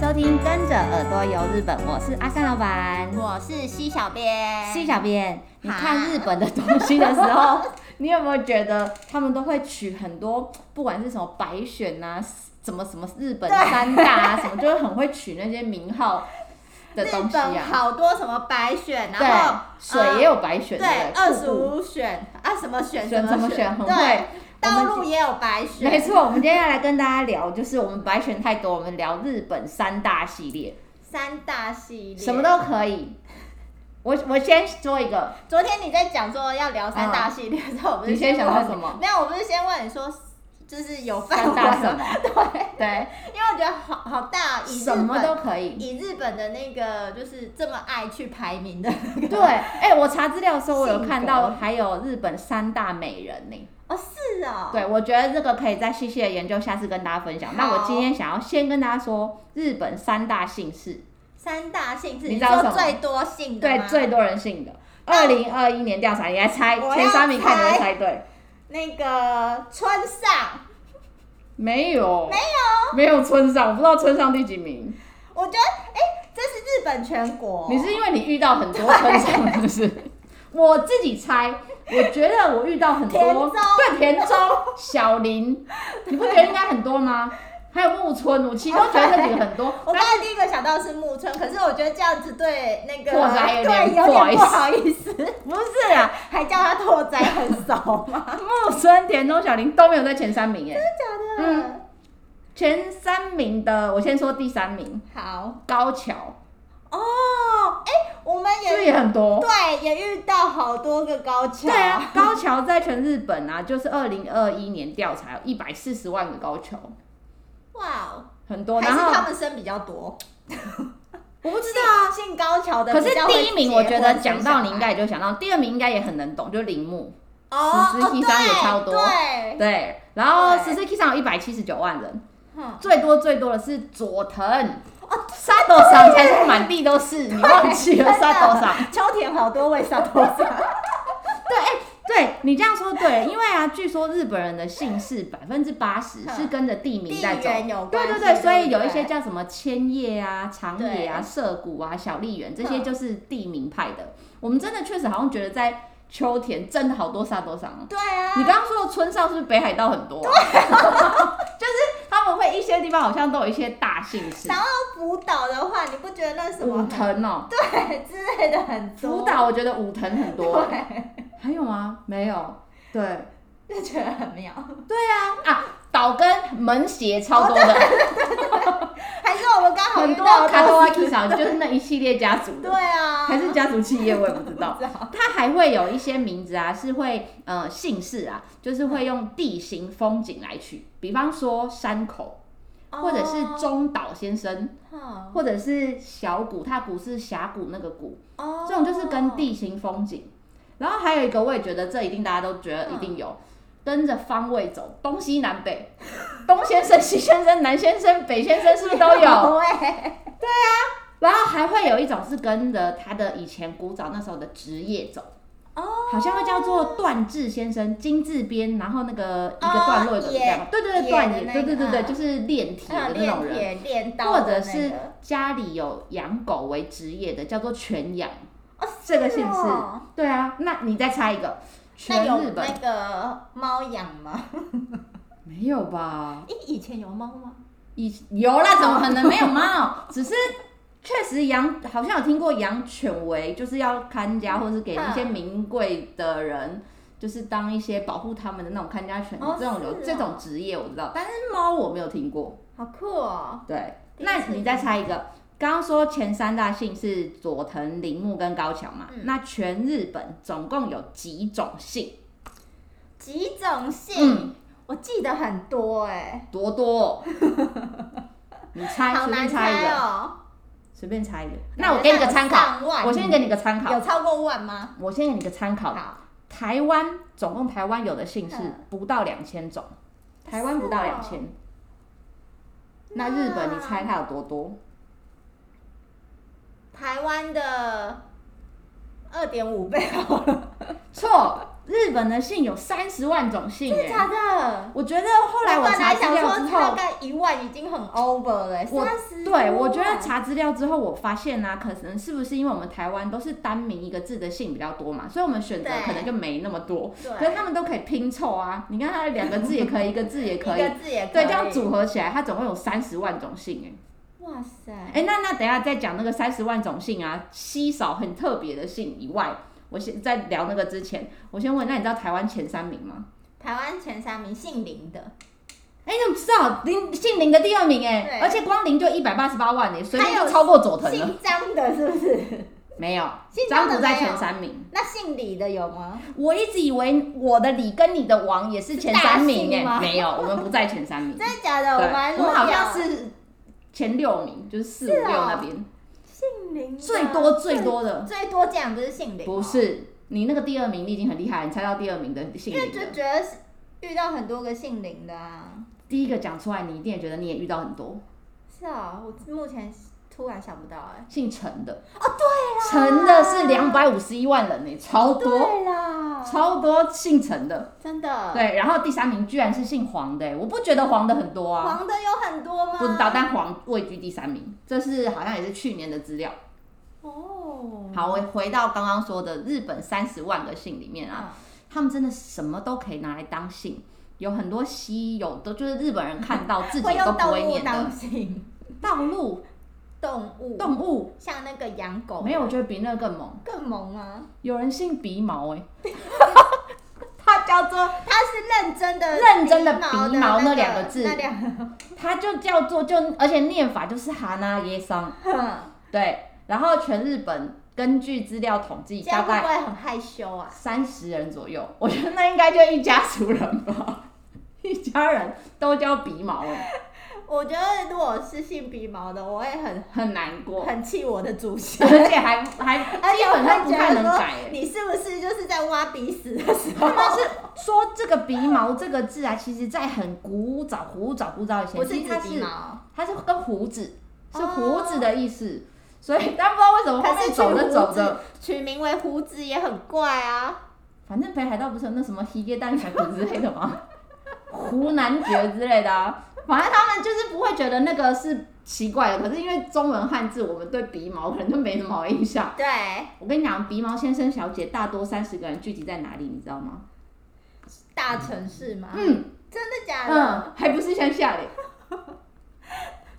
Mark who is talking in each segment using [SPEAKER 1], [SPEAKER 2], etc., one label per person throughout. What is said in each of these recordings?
[SPEAKER 1] 收听《跟着耳朵游日本》，我是阿三老板，
[SPEAKER 2] 我是西小编，
[SPEAKER 1] 西小编。你
[SPEAKER 2] 哈
[SPEAKER 1] 看日本的东西的时候， 你有没有觉得他们都会取很多，不管是什么百选啊，什么什么日本三大啊，什么，就是很会取那些名号的
[SPEAKER 2] 日
[SPEAKER 1] 东西
[SPEAKER 2] 本
[SPEAKER 1] 啊。
[SPEAKER 2] 好多什么百选，
[SPEAKER 1] 对
[SPEAKER 2] 然后，
[SPEAKER 1] 水也有百选，
[SPEAKER 2] 对
[SPEAKER 1] 不
[SPEAKER 2] 二十五选啊，什么选
[SPEAKER 1] 选怎么选，很会
[SPEAKER 2] 对，。道
[SPEAKER 1] 我
[SPEAKER 2] 路
[SPEAKER 1] 们
[SPEAKER 2] 也有百选，
[SPEAKER 1] 没错，我们今天要来跟大家聊，就是我们百选太多，我们聊日本三大系列，
[SPEAKER 2] 三大系列，
[SPEAKER 1] 什么。都可以。我我先说一个，
[SPEAKER 2] 昨天你在讲说要聊三大系列的时候，我不是
[SPEAKER 1] 你先想到
[SPEAKER 2] 问
[SPEAKER 1] 什么？
[SPEAKER 2] 没有，我不是先问你说，就是有
[SPEAKER 1] 三
[SPEAKER 2] 范
[SPEAKER 1] 大
[SPEAKER 2] 围
[SPEAKER 1] 什
[SPEAKER 2] 吗？
[SPEAKER 1] 么？
[SPEAKER 2] 对，
[SPEAKER 1] 对，
[SPEAKER 2] 因为我觉得好好大，以日
[SPEAKER 1] 什么
[SPEAKER 2] 本
[SPEAKER 1] 都可以。
[SPEAKER 2] 以日本的那个就是这么爱去排名的那
[SPEAKER 1] 对，
[SPEAKER 2] 个，
[SPEAKER 1] 哎、我查资料的时候，我有看
[SPEAKER 2] 性
[SPEAKER 1] 到
[SPEAKER 2] 格
[SPEAKER 1] 还有日本三大美人呢、
[SPEAKER 2] 哦是哦，
[SPEAKER 1] 对，我觉得这个可以再细细的研究，下次跟大家分享。那我
[SPEAKER 2] 好
[SPEAKER 1] 今天想要先跟大家说日本三大姓氏，
[SPEAKER 2] 三大姓氏，
[SPEAKER 1] 你
[SPEAKER 2] 你
[SPEAKER 1] 知道
[SPEAKER 2] 说
[SPEAKER 1] 什么
[SPEAKER 2] 最多姓的
[SPEAKER 1] 对，
[SPEAKER 2] 吗
[SPEAKER 1] 最多人姓的。
[SPEAKER 2] 那
[SPEAKER 1] 二
[SPEAKER 2] 我
[SPEAKER 1] 零二一年调查，你来猜
[SPEAKER 2] 我要
[SPEAKER 1] 前三名，看你会
[SPEAKER 2] 猜
[SPEAKER 1] 猜对
[SPEAKER 2] 那个村上，
[SPEAKER 1] 没有？没有，没有村上，我不知道村上第几名。
[SPEAKER 2] 我觉得哎、这是日本全国，
[SPEAKER 1] 你是因为你遇到很多村上，是不 是？我自己猜，我觉得我遇到很多
[SPEAKER 2] 田中
[SPEAKER 1] 对田中、小 林，你不觉得应该很多吗？还有木村，我其实都觉得这几个很多。
[SPEAKER 2] 我刚才第一个想到的是木村，可是我觉得这样子对那个
[SPEAKER 1] 拓哉有点
[SPEAKER 2] 对有
[SPEAKER 1] 不好意
[SPEAKER 2] 点
[SPEAKER 1] 思
[SPEAKER 2] 不好意思，
[SPEAKER 1] 不是啊，
[SPEAKER 2] 还叫他拓哉很熟 吗？
[SPEAKER 1] 木村、田中、小林都没有在前三名耶。
[SPEAKER 2] 真的假的？
[SPEAKER 1] 前三名的，我先说第三名
[SPEAKER 2] 好
[SPEAKER 1] 高桥，
[SPEAKER 2] 哦，哎、我们
[SPEAKER 1] 是不是
[SPEAKER 2] 也
[SPEAKER 1] 也很多？
[SPEAKER 2] 对也遇到好多个高桥，
[SPEAKER 1] 对啊，高桥在全日本啊，就是二零二一年调查有一百四十万个高桥，
[SPEAKER 2] 哇哦，
[SPEAKER 1] 很多。
[SPEAKER 2] 还
[SPEAKER 1] 然
[SPEAKER 2] 是他
[SPEAKER 1] 后
[SPEAKER 2] 们生比较多，
[SPEAKER 1] 我不知道。
[SPEAKER 2] 啊，姓高桥的
[SPEAKER 1] 可
[SPEAKER 2] 比
[SPEAKER 1] 是
[SPEAKER 2] 较会
[SPEAKER 1] 第一名，我觉得
[SPEAKER 2] 结婚
[SPEAKER 1] 讲到
[SPEAKER 2] 生
[SPEAKER 1] 你应该也就想到，第二名应该也很能懂，就铃木。
[SPEAKER 2] 小孩
[SPEAKER 1] 十
[SPEAKER 2] 哦
[SPEAKER 1] 之一三也差不多
[SPEAKER 2] 哦对对，
[SPEAKER 1] 对，然后十
[SPEAKER 2] 对哦
[SPEAKER 1] 四 K 上有一百七十九万人，
[SPEAKER 2] 哼
[SPEAKER 1] 最多最多的是佐藤，
[SPEAKER 2] 哦
[SPEAKER 1] 沙斗上才是满地都是，你忘记了
[SPEAKER 2] 真的
[SPEAKER 1] 沙斗上？
[SPEAKER 2] 秋田好多位沙多上，
[SPEAKER 1] 对你这样说对，因为啊，据说日本人的姓氏百分之八十
[SPEAKER 2] 嗯
[SPEAKER 1] 是跟着 地名
[SPEAKER 2] 地
[SPEAKER 1] 在走。
[SPEAKER 2] 缘有
[SPEAKER 1] 对
[SPEAKER 2] 关系，
[SPEAKER 1] 对对，
[SPEAKER 2] 不
[SPEAKER 1] 所以有一些叫什么千叶啊、长野啊、
[SPEAKER 2] 对
[SPEAKER 1] 涩谷啊、小笠原，这些
[SPEAKER 2] 嗯
[SPEAKER 1] 就是地名派的。我们真的确实好像觉得在秋田真的好多沙多上哦。
[SPEAKER 2] 对啊，
[SPEAKER 1] 你刚刚说的村上是不是北海道很 多、啊？就是他们会一些地方好像都有一些大姓氏，
[SPEAKER 2] 然后福岛的话，你不觉得那什
[SPEAKER 1] 武
[SPEAKER 2] 么
[SPEAKER 1] 藤哦、
[SPEAKER 2] 对之类的很多，
[SPEAKER 1] 福岛我觉得武藤很多，
[SPEAKER 2] 对，
[SPEAKER 1] 还有吗？没有，对啊
[SPEAKER 2] 就觉得很 妙。
[SPEAKER 1] 啊，岛根门胁超多的，
[SPEAKER 2] 还哦是我们刚好
[SPEAKER 1] 很
[SPEAKER 2] 遇
[SPEAKER 1] 多
[SPEAKER 2] 到
[SPEAKER 1] 卡多
[SPEAKER 2] 都
[SPEAKER 1] 瓦
[SPEAKER 2] 是
[SPEAKER 1] 基少就是那一系列家族的
[SPEAKER 2] 对，啊，
[SPEAKER 1] 还是家族企业我也不知道
[SPEAKER 2] 不。知道
[SPEAKER 1] 它还会有一些名字啊，是会呃姓氏啊，就是会用地形风景来取，比方说山口，或者是
[SPEAKER 2] 哦
[SPEAKER 1] 中岛先生，
[SPEAKER 2] 哦
[SPEAKER 1] 或者是小谷，它不是峡谷那个谷，
[SPEAKER 2] 哦
[SPEAKER 1] 这种就是跟地形风景。然后还有一个，我也觉得这一定大家都觉得一
[SPEAKER 2] 嗯
[SPEAKER 1] 定有，跟着方位走，东西南北，东先生、西先生、南先生、北先生是不是都有？
[SPEAKER 2] 哎，
[SPEAKER 1] 然后还会有一种是跟着他的以前古早那时候的职业走，
[SPEAKER 2] 哦，
[SPEAKER 1] 好像会叫做段志先生、金字边，然后那个一个段落的
[SPEAKER 2] 哦
[SPEAKER 1] 这样，对对对，
[SPEAKER 2] 野
[SPEAKER 1] 段
[SPEAKER 2] 的
[SPEAKER 1] 野，
[SPEAKER 2] 那
[SPEAKER 1] 对对对对，
[SPEAKER 2] 个
[SPEAKER 1] 就是练铁
[SPEAKER 2] 还
[SPEAKER 1] 的
[SPEAKER 2] 有
[SPEAKER 1] 那种
[SPEAKER 2] 啊练
[SPEAKER 1] 人。
[SPEAKER 2] 铁练刀
[SPEAKER 1] 或
[SPEAKER 2] 的
[SPEAKER 1] 者
[SPEAKER 2] 那
[SPEAKER 1] 是
[SPEAKER 2] 个
[SPEAKER 1] 家里有养狗为职业的，叫做全养。
[SPEAKER 2] 哦
[SPEAKER 1] 这个姓
[SPEAKER 2] 是哦
[SPEAKER 1] 氏，对啊，那你再猜一个，
[SPEAKER 2] 那
[SPEAKER 1] 全
[SPEAKER 2] 有
[SPEAKER 1] 日本
[SPEAKER 2] 那个猫养吗？
[SPEAKER 1] 没有吧？
[SPEAKER 2] 咦，以前有猫吗？
[SPEAKER 1] 以有啦，怎么可能没有猫？ 只是确实养，好像有听过养犬为，就是要看家，或是给一些名贵的人，就是当一些保护他们的那种看家犬，
[SPEAKER 2] 哦
[SPEAKER 1] 这种有、
[SPEAKER 2] 是哦
[SPEAKER 1] 这种职业我知道，但是猫我没有听过。
[SPEAKER 2] 好酷哦！
[SPEAKER 1] 对，
[SPEAKER 2] 第一
[SPEAKER 1] 那
[SPEAKER 2] 次
[SPEAKER 1] 你
[SPEAKER 2] 听
[SPEAKER 1] 再猜一个。刚刚说前三大姓是佐藤、铃木跟高桥嘛？
[SPEAKER 2] 嗯
[SPEAKER 1] 那全日本总共有几种姓？
[SPEAKER 2] 几种姓，
[SPEAKER 1] 嗯，
[SPEAKER 2] 我记得很多哎，
[SPEAKER 1] 多多哦、你猜，
[SPEAKER 2] 好
[SPEAKER 1] 随便
[SPEAKER 2] 难
[SPEAKER 1] 猜一
[SPEAKER 2] 猜
[SPEAKER 1] 个，
[SPEAKER 2] 哦。
[SPEAKER 1] 随便猜一个。那我给你个参考，
[SPEAKER 2] 上万
[SPEAKER 1] 我先给你个参考
[SPEAKER 2] 有，超过万吗？
[SPEAKER 1] 我先给你个参考。
[SPEAKER 2] 好，
[SPEAKER 1] 台湾总共台湾有的姓氏
[SPEAKER 2] 嗯哦
[SPEAKER 1] 不到两千种，台湾不到
[SPEAKER 2] 是
[SPEAKER 1] 两
[SPEAKER 2] 哦
[SPEAKER 1] 千。那日本你猜它有多多？
[SPEAKER 2] 台湾的二点五倍哦好了，
[SPEAKER 1] 错，日本的姓有三十万种姓耶。
[SPEAKER 2] 真的假的？
[SPEAKER 1] 我觉得后来我
[SPEAKER 2] 本
[SPEAKER 1] 查
[SPEAKER 2] 来
[SPEAKER 1] 资
[SPEAKER 2] 想
[SPEAKER 1] 料之
[SPEAKER 2] 说大
[SPEAKER 1] 后，
[SPEAKER 2] 概一万段已经很 over 了、欸，
[SPEAKER 1] 我
[SPEAKER 2] 三十多万。
[SPEAKER 1] 对，我觉
[SPEAKER 2] 啊
[SPEAKER 1] 得查资料之后，我发现呢、啊，可能是不是因为我们台湾都是单名一个字的姓比较多嘛，所以我们选择
[SPEAKER 2] 对
[SPEAKER 1] 可能就没那么多。可
[SPEAKER 2] 对，
[SPEAKER 1] 是他们都可以拼凑啊，你看它两个字也可以，一个字也可
[SPEAKER 2] 一
[SPEAKER 1] 以，
[SPEAKER 2] 个字也可以。
[SPEAKER 1] 对，这样组合起来，它总共有三十万种姓哎、
[SPEAKER 2] 哇塞，
[SPEAKER 1] 哎、那那等一下再讲那个三十万种姓啊，稀少很特别的姓以外，我先在聊那个之前，我先问，那你知道台湾前三名吗？
[SPEAKER 2] 台湾前三名姓林的，
[SPEAKER 1] 哎、你怎么知道林姓林的第二名哎、
[SPEAKER 2] 对
[SPEAKER 1] 而且光林就一百八十八万哎、随便
[SPEAKER 2] 还有
[SPEAKER 1] 就超过佐藤了。
[SPEAKER 2] 姓张的是不是？
[SPEAKER 1] 没有，
[SPEAKER 2] 姓张
[SPEAKER 1] 张
[SPEAKER 2] 的
[SPEAKER 1] 不在
[SPEAKER 2] 没有
[SPEAKER 1] 前三名。
[SPEAKER 2] 那姓李的有吗？
[SPEAKER 1] 我一直以为我的李跟你的王也是前三名
[SPEAKER 2] 是大姓
[SPEAKER 1] 哎、
[SPEAKER 2] 吗
[SPEAKER 1] 没有，我们不在前三 名。
[SPEAKER 2] 真的假的？
[SPEAKER 1] 对，我
[SPEAKER 2] 我们
[SPEAKER 1] 们好
[SPEAKER 2] 还
[SPEAKER 1] 像
[SPEAKER 2] 漏掉
[SPEAKER 1] 是前六名，就是四
[SPEAKER 2] 是
[SPEAKER 1] 五
[SPEAKER 2] 哦
[SPEAKER 1] 六那边、
[SPEAKER 2] 姓林的
[SPEAKER 1] 最多最多的。
[SPEAKER 2] 最多讲啊的是姓林，哦
[SPEAKER 1] 不，是，你那个第二名你已经很厉害，你猜到第二名的姓
[SPEAKER 2] 因为
[SPEAKER 1] 名
[SPEAKER 2] 就
[SPEAKER 1] 了。
[SPEAKER 2] 觉得是遇到很多个姓林的啊。
[SPEAKER 1] 第一个讲出来，你一定也觉得你也遇到很多
[SPEAKER 2] 是啊，我目前突然想不到哎、
[SPEAKER 1] 姓陈的。哦，对啦，陈的是两百五十一万人呢、哎超多，
[SPEAKER 2] 哦对啦，
[SPEAKER 1] 超多姓陈的。
[SPEAKER 2] 真的，
[SPEAKER 1] 对，然后第三名居然是姓黄的、欸，我不觉得黄的很多啊。
[SPEAKER 2] 黄的有很多吗？
[SPEAKER 1] 不知道，但黄位居第三名，这是好像也是去年的资料。
[SPEAKER 2] 哦，
[SPEAKER 1] 好，我回到刚刚说的日本三十万个姓里面啊，
[SPEAKER 2] 啊，
[SPEAKER 1] 他们真的什么都可以拿来当姓，有很多稀有的，就是日本人看到自己
[SPEAKER 2] 会
[SPEAKER 1] 都
[SPEAKER 2] 用
[SPEAKER 1] 不
[SPEAKER 2] 动
[SPEAKER 1] 会
[SPEAKER 2] 物
[SPEAKER 1] 念
[SPEAKER 2] 当嗯
[SPEAKER 1] 的
[SPEAKER 2] 姓，
[SPEAKER 1] 道路、
[SPEAKER 2] 动物，
[SPEAKER 1] 动物，
[SPEAKER 2] 像那个养狗
[SPEAKER 1] 没有，我觉得比那个更猛。
[SPEAKER 2] 更萌啊，
[SPEAKER 1] 有人姓鼻毛、欸，哎，他叫做，
[SPEAKER 2] 它是认真的
[SPEAKER 1] 认真的
[SPEAKER 2] 鼻
[SPEAKER 1] 鼻毛
[SPEAKER 2] 毛的
[SPEAKER 1] 那
[SPEAKER 2] 那
[SPEAKER 1] 两个字
[SPEAKER 2] 那两个，
[SPEAKER 1] 他就叫做，就而且念法就是哈那耶桑，
[SPEAKER 2] 哼
[SPEAKER 1] 对。然后全日本根据资料统计，
[SPEAKER 2] 这
[SPEAKER 1] 大
[SPEAKER 2] 样会
[SPEAKER 1] 概
[SPEAKER 2] 不会很害羞啊？
[SPEAKER 1] 三十人左右，我觉得那应该就一家族人吧， 一家人都叫鼻毛哎，
[SPEAKER 2] 我觉得如果是姓鼻毛的，我会很
[SPEAKER 1] 很难过，
[SPEAKER 2] 很气我的祖 先。
[SPEAKER 1] 而且还还
[SPEAKER 2] 而且
[SPEAKER 1] 基
[SPEAKER 2] 哎我
[SPEAKER 1] 本上
[SPEAKER 2] 会
[SPEAKER 1] 不
[SPEAKER 2] 觉
[SPEAKER 1] 太能
[SPEAKER 2] 得说
[SPEAKER 1] 改哎。
[SPEAKER 2] 你是不是就是在挖鼻屎的时 候？
[SPEAKER 1] 但是 说这个鼻毛这个字啊，其实在很古早、古早、古早以前，其实它是
[SPEAKER 2] 毛，
[SPEAKER 1] 它是跟胡子是
[SPEAKER 2] 哦
[SPEAKER 1] 胡子的意思，所以但不知道为什么后
[SPEAKER 2] 可是
[SPEAKER 1] 面走着走
[SPEAKER 2] 取胡
[SPEAKER 1] 着，
[SPEAKER 2] 取名为胡子也很怪啊。
[SPEAKER 1] 反正北海道不是有那什么黑夜蛋卷骨之类的吗？ 湖南爵之类的啊，反正他们就是不会觉得那个是奇怪的。可是因为中文汉字，我们对鼻毛可能就没什么好印象。
[SPEAKER 2] 对，
[SPEAKER 1] 我跟你讲，鼻毛先生、小姐大多三十个人聚集在哪里，你知道吗？
[SPEAKER 2] 大城市嘛，
[SPEAKER 1] 嗯
[SPEAKER 2] 真的假的？
[SPEAKER 1] 嗯，还不是乡下嘞，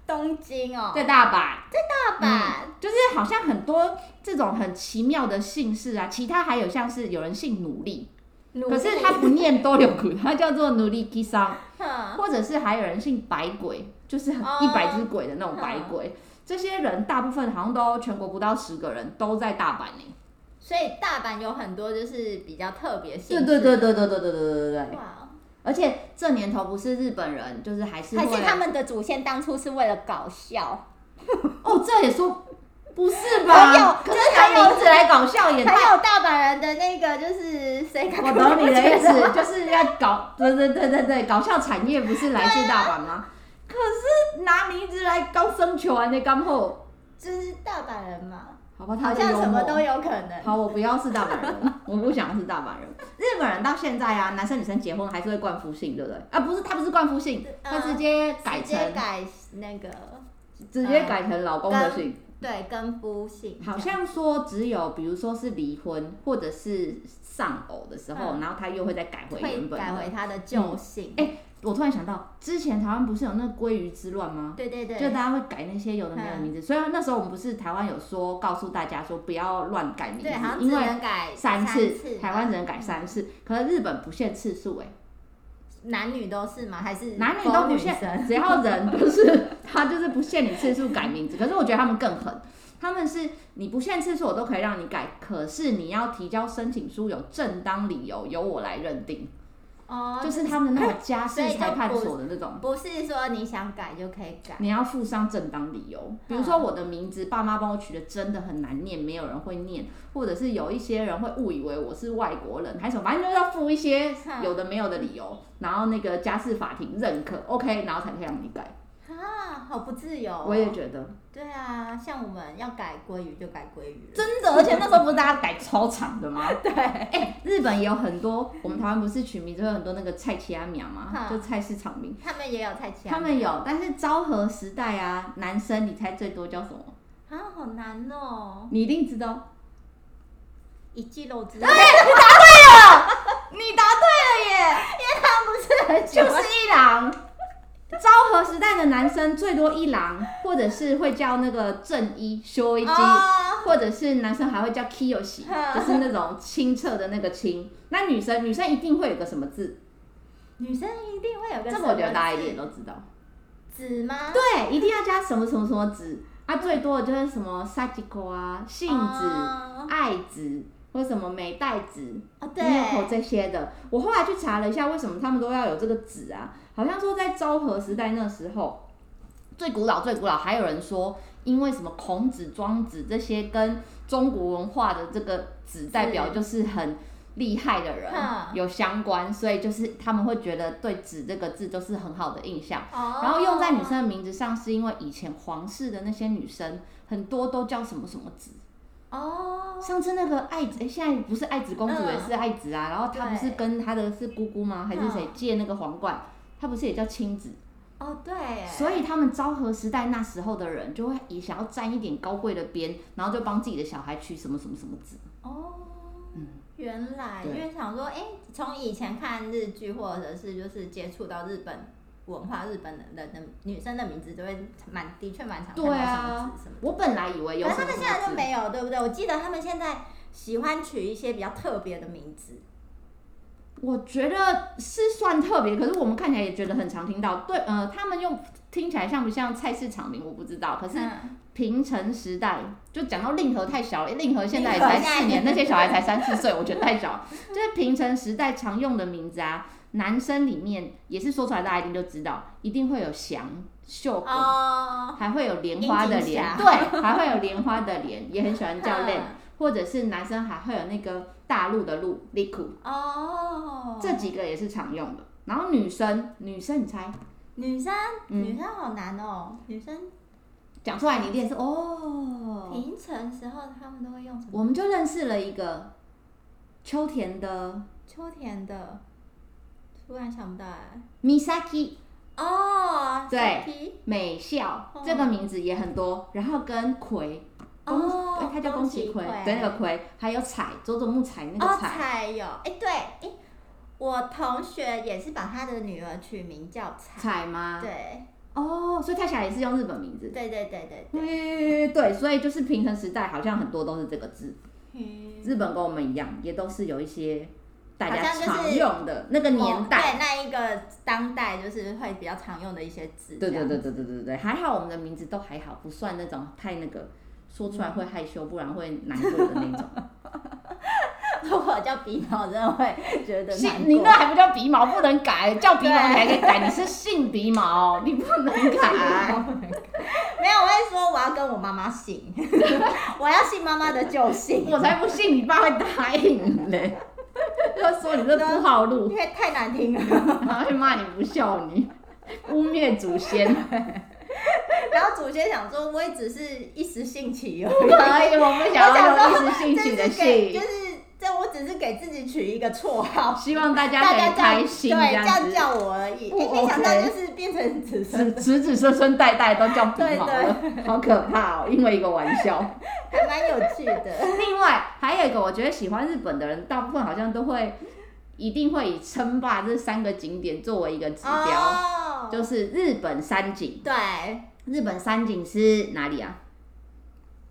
[SPEAKER 2] 东京哦，
[SPEAKER 1] 在大阪，
[SPEAKER 2] 大阪，
[SPEAKER 1] 就是好像很多这种很奇妙的姓氏啊。其他还有像是有人姓努力，
[SPEAKER 2] 努力
[SPEAKER 1] 可是他不念多留苦，他叫做努力基桑。
[SPEAKER 2] 哼
[SPEAKER 1] 或者是还有人姓百鬼，就是很
[SPEAKER 2] 哦
[SPEAKER 1] 一百只鬼的那种百鬼。这些人大部分好像都全国不到十个人，都在大阪呢、
[SPEAKER 2] 所以大阪有很多就是比较特别性
[SPEAKER 1] 对
[SPEAKER 2] 质，
[SPEAKER 1] 对对对对对对对对对对。
[SPEAKER 2] 哇，哦
[SPEAKER 1] 而且这年头不是日本人，就是还是
[SPEAKER 2] 还
[SPEAKER 1] 会
[SPEAKER 2] 是他们的祖先当初是为了搞笑，
[SPEAKER 1] 哦，这也说不是
[SPEAKER 2] 还有
[SPEAKER 1] 吧？可是
[SPEAKER 2] 还
[SPEAKER 1] 拿
[SPEAKER 2] 有
[SPEAKER 1] 名字来搞笑也
[SPEAKER 2] 还
[SPEAKER 1] 太……
[SPEAKER 2] 有大阪人的那个就是谁？
[SPEAKER 1] 我懂你的意思，就是要搞对对对对对，搞笑产业不是来自大阪吗？可是拿名字来搞生球啊，那刚后，
[SPEAKER 2] 就是大阪人嘛，
[SPEAKER 1] 好吧，他
[SPEAKER 2] 好
[SPEAKER 1] 的
[SPEAKER 2] 像
[SPEAKER 1] 幽
[SPEAKER 2] 什么
[SPEAKER 1] 默
[SPEAKER 2] 都有可能。
[SPEAKER 1] 好，我不要是大阪人，我不想是大阪人。日本人到现在啊，男生女生结婚还是会冠夫姓，对不对？啊，不是，他不是冠夫姓，他直接改
[SPEAKER 2] 呃直接
[SPEAKER 1] 成
[SPEAKER 2] 改那个
[SPEAKER 1] 直接改成老公的
[SPEAKER 2] 嗯
[SPEAKER 1] 姓。
[SPEAKER 2] 对跟夫姓这样，
[SPEAKER 1] 好像说只有比如说是离婚或者是丧偶的时候，
[SPEAKER 2] 嗯
[SPEAKER 1] 然后他又会再改回
[SPEAKER 2] 会
[SPEAKER 1] 原本
[SPEAKER 2] 改
[SPEAKER 1] 的。
[SPEAKER 2] 回他的旧姓。
[SPEAKER 1] 哎我突然想到，之前台湾不是有那个鲑鱼之乱吗？
[SPEAKER 2] 对对对，嗯
[SPEAKER 1] 就大家会改那些有的没有的名字，虽然那时候我们不是台湾有说告诉大家说不要乱改名字
[SPEAKER 2] 对，好像，只
[SPEAKER 1] 因为
[SPEAKER 2] 能改
[SPEAKER 1] 三次，
[SPEAKER 2] 次嗯
[SPEAKER 1] 台湾只能改三次，可是日本不限次数哎、
[SPEAKER 2] 男女都是吗？还是
[SPEAKER 1] 男女都
[SPEAKER 2] 勾
[SPEAKER 1] 不
[SPEAKER 2] 嗯生
[SPEAKER 1] 限，只要人不是他就是不限你次数改名字。可是我觉得他们更狠，他们是你不限次数我都可以让你改，可是你要提交申请书有正当理由，由我来认定，
[SPEAKER 2] 哦，
[SPEAKER 1] 就是他们那种家事
[SPEAKER 2] 所以就
[SPEAKER 1] 裁判
[SPEAKER 2] 不
[SPEAKER 1] 所的那种。
[SPEAKER 2] 不是说你想改就可以改，
[SPEAKER 1] 你要附上正当理由，比如说我的名字，爸妈帮我取的真的很难念，没有人会念，或者是有一些人会误以为我是外国人，还是什么，反正就是要附一 些
[SPEAKER 2] 嗯
[SPEAKER 1] 有的没有的理由，然后那个家事法庭认可，OK，然后才可以让你改。
[SPEAKER 2] 啊，好不自由、
[SPEAKER 1] 我也觉得
[SPEAKER 2] 对啊，像我们要改鲑鱼就改鲑鱼了。
[SPEAKER 1] 真的，而且那时候不是大家改超长的 吗？
[SPEAKER 2] 对，
[SPEAKER 1] 哎、日本也有很多，我们台湾不是取名就有很多那个菜奇阿苗嘛，
[SPEAKER 2] 哈
[SPEAKER 1] 就菜市场名。
[SPEAKER 2] 他们也有菜奇
[SPEAKER 1] 他们有，但是昭和时代啊，男生你猜最多叫什么？
[SPEAKER 2] 啊，好难哦，
[SPEAKER 1] 你一定知道。
[SPEAKER 2] 一季肉 汁。
[SPEAKER 1] 你答对
[SPEAKER 2] 不是很
[SPEAKER 1] 了耶，就是一郎。昭和时代的男生最多一郎，或者是会叫那个正一、修一基，
[SPEAKER 2] 哦，
[SPEAKER 1] 或者是男生还会叫 Kiyoshi，
[SPEAKER 2] 哼
[SPEAKER 1] 就是那种清澈的那个清。那女生女生一定会有个什么字，
[SPEAKER 2] 女生一定会有个
[SPEAKER 1] 这个我觉得大家
[SPEAKER 2] 什么
[SPEAKER 1] 一
[SPEAKER 2] 字
[SPEAKER 1] 定都知道。
[SPEAKER 2] 子吗？
[SPEAKER 1] 对，一定要加什么什么什么子啊，最多的就是什么 Sajiko 啊、杏子、
[SPEAKER 2] 哦
[SPEAKER 1] 爱子或什么美代子、
[SPEAKER 2] 哦，对，
[SPEAKER 1] Miko 这些的。我后来去查了一下，为什么他们都要有这个子啊？好像说在昭和时代那时候，最古老最古老，还有人说因为什么孔子、庄子这些跟中国文化的这个子代表就是很。厉害的人
[SPEAKER 2] 哼
[SPEAKER 1] 有相关，所以就是他们会觉得对“子”这个字就是很好的印象。
[SPEAKER 2] 哦
[SPEAKER 1] 然后用在女生的名字上，是因为以前皇室的那些女生很多都叫什么什么子。
[SPEAKER 2] 哦，
[SPEAKER 1] 上次那个爱子，诶现在不是爱子公主，
[SPEAKER 2] 嗯
[SPEAKER 1] 也是爱子啊。然后她不是
[SPEAKER 2] 对
[SPEAKER 1] 跟她的是姑姑吗？还是谁
[SPEAKER 2] 嗯
[SPEAKER 1] 借那个皇冠？她不是也叫亲子？
[SPEAKER 2] 哦对耶，
[SPEAKER 1] 所以他们昭和时代那时候的人，就会也想要沾一点高贵的边，然后就帮自己的小孩取什么什么什么子。
[SPEAKER 2] 哦，
[SPEAKER 1] 嗯
[SPEAKER 2] 原来
[SPEAKER 1] 对
[SPEAKER 2] 因为想说，哎、从以前看日剧或者是就是接触到日本文化，日本人的的女生的名字就会蛮的确蛮常看到
[SPEAKER 1] 对
[SPEAKER 2] 什
[SPEAKER 1] 啊
[SPEAKER 2] 么字什么字，
[SPEAKER 1] 我本来以为有
[SPEAKER 2] 可是
[SPEAKER 1] 什么
[SPEAKER 2] 他们
[SPEAKER 1] 什
[SPEAKER 2] 现在就
[SPEAKER 1] 么字，
[SPEAKER 2] 没有，对不对？我记得他们现在喜欢取一些比较特别的名字，
[SPEAKER 1] 我觉得是算特别，可是我们看起来也觉得很常听到。对，呃，他们用听起来像不像菜市场名，我不知道。可是
[SPEAKER 2] 嗯
[SPEAKER 1] 平成时代，就讲到令和太小了，令和现在也
[SPEAKER 2] 令和
[SPEAKER 1] 才
[SPEAKER 2] 现在
[SPEAKER 1] 四年，那些小孩才三四岁，我觉得太小。 就是平成时代常用的名字啊，男生里面也是说出来大家一定就知道，一定会有翔、秀谷，
[SPEAKER 2] 哦，
[SPEAKER 1] 还会有莲花的
[SPEAKER 2] 樱井
[SPEAKER 1] 莲，
[SPEAKER 2] 霞
[SPEAKER 1] 对， 还会有莲花的莲，也很喜欢叫
[SPEAKER 2] 嗯
[SPEAKER 1] Len，或者是男生还会有那个大陆的陆 Liku，
[SPEAKER 2] 哦，
[SPEAKER 1] 这几个也是常用的。然后女生，女生你猜，
[SPEAKER 2] 女生、
[SPEAKER 1] 嗯
[SPEAKER 2] 女生好难哦，女生
[SPEAKER 1] 讲出来你一定是哦，
[SPEAKER 2] 平成时候他们都会用什么？
[SPEAKER 1] 我们就认识了一个秋田的
[SPEAKER 2] 秋田的，突然想不到哎。
[SPEAKER 1] Misaki
[SPEAKER 2] 哦，
[SPEAKER 1] 对
[SPEAKER 2] 橡皮，
[SPEAKER 1] 美笑、
[SPEAKER 2] 哦
[SPEAKER 1] 这个名字也很多，然后跟葵，宫
[SPEAKER 2] 哦
[SPEAKER 1] 哎他叫宫崎葵
[SPEAKER 2] 宫崎葵，
[SPEAKER 1] 对，那个葵，还有彩，佐佐木彩那
[SPEAKER 2] 哦
[SPEAKER 1] 个，彩，
[SPEAKER 2] 彩有，哎、对，哎、我同学也是把他的女儿取名叫彩，
[SPEAKER 1] 彩吗？
[SPEAKER 2] 对，
[SPEAKER 1] 哦，所以他小孩也是用日本名字。
[SPEAKER 2] 对对对对对，
[SPEAKER 1] 对对，所以就是平成时代好像很多都是这个字，
[SPEAKER 2] 嗯，
[SPEAKER 1] 日本跟我们一样，也都是有一些大
[SPEAKER 2] 好
[SPEAKER 1] 家
[SPEAKER 2] 像就是
[SPEAKER 1] 常用的那个年代。
[SPEAKER 2] 哦对，那一个当代就是会比较常用的一些字，
[SPEAKER 1] 对对
[SPEAKER 2] 这
[SPEAKER 1] 对
[SPEAKER 2] 样，
[SPEAKER 1] 对对对对，还好我们的名字都还好，不算那种太那个，说出来会害羞，不然会难过的那 种。
[SPEAKER 2] 如 果叫鼻毛，真的会觉得难
[SPEAKER 1] 性，
[SPEAKER 2] 过。
[SPEAKER 1] 你那还不叫鼻毛，不能改，叫鼻毛
[SPEAKER 2] 对
[SPEAKER 1] 你还可以改，你是性鼻毛，你不能改。
[SPEAKER 2] 没有，我会说我要跟我妈妈姓， 我要姓妈妈的旧姓，
[SPEAKER 1] 我才不信你爸会答应 嘞，他说你这不好路，
[SPEAKER 2] 因为太难听了。
[SPEAKER 1] 他会骂你不孝女，污蔑祖 先。
[SPEAKER 2] 然后祖先想说，我也只是一时兴起而已
[SPEAKER 1] 不。可以，我们想要用一时 兴起
[SPEAKER 2] 这
[SPEAKER 1] 的
[SPEAKER 2] 是给，就
[SPEAKER 1] 兴，
[SPEAKER 2] 是这我只是给自己取一个绰号，
[SPEAKER 1] 希望大 家
[SPEAKER 2] 大
[SPEAKER 1] 可
[SPEAKER 2] 家
[SPEAKER 1] 以
[SPEAKER 2] 叫
[SPEAKER 1] 开心
[SPEAKER 2] 对，
[SPEAKER 1] 这
[SPEAKER 2] 这
[SPEAKER 1] 样
[SPEAKER 2] 样
[SPEAKER 1] 子。
[SPEAKER 2] 叫我而已。
[SPEAKER 1] 不
[SPEAKER 2] 哎，没想到
[SPEAKER 1] OK
[SPEAKER 2] 就是变成子孙，
[SPEAKER 1] 子子子孙孙代代都叫鼻
[SPEAKER 2] 对
[SPEAKER 1] 毛了，好可怕哦！因为一个玩笑。
[SPEAKER 2] 还蛮有趣的。
[SPEAKER 1] 另外还有一个，我觉得喜欢日本的人，大部分好像都会一定会以称霸这三个景点作为一个指标，
[SPEAKER 2] 哦，
[SPEAKER 1] 就是日本三景。
[SPEAKER 2] 对，
[SPEAKER 1] 日本三景是哪里啊？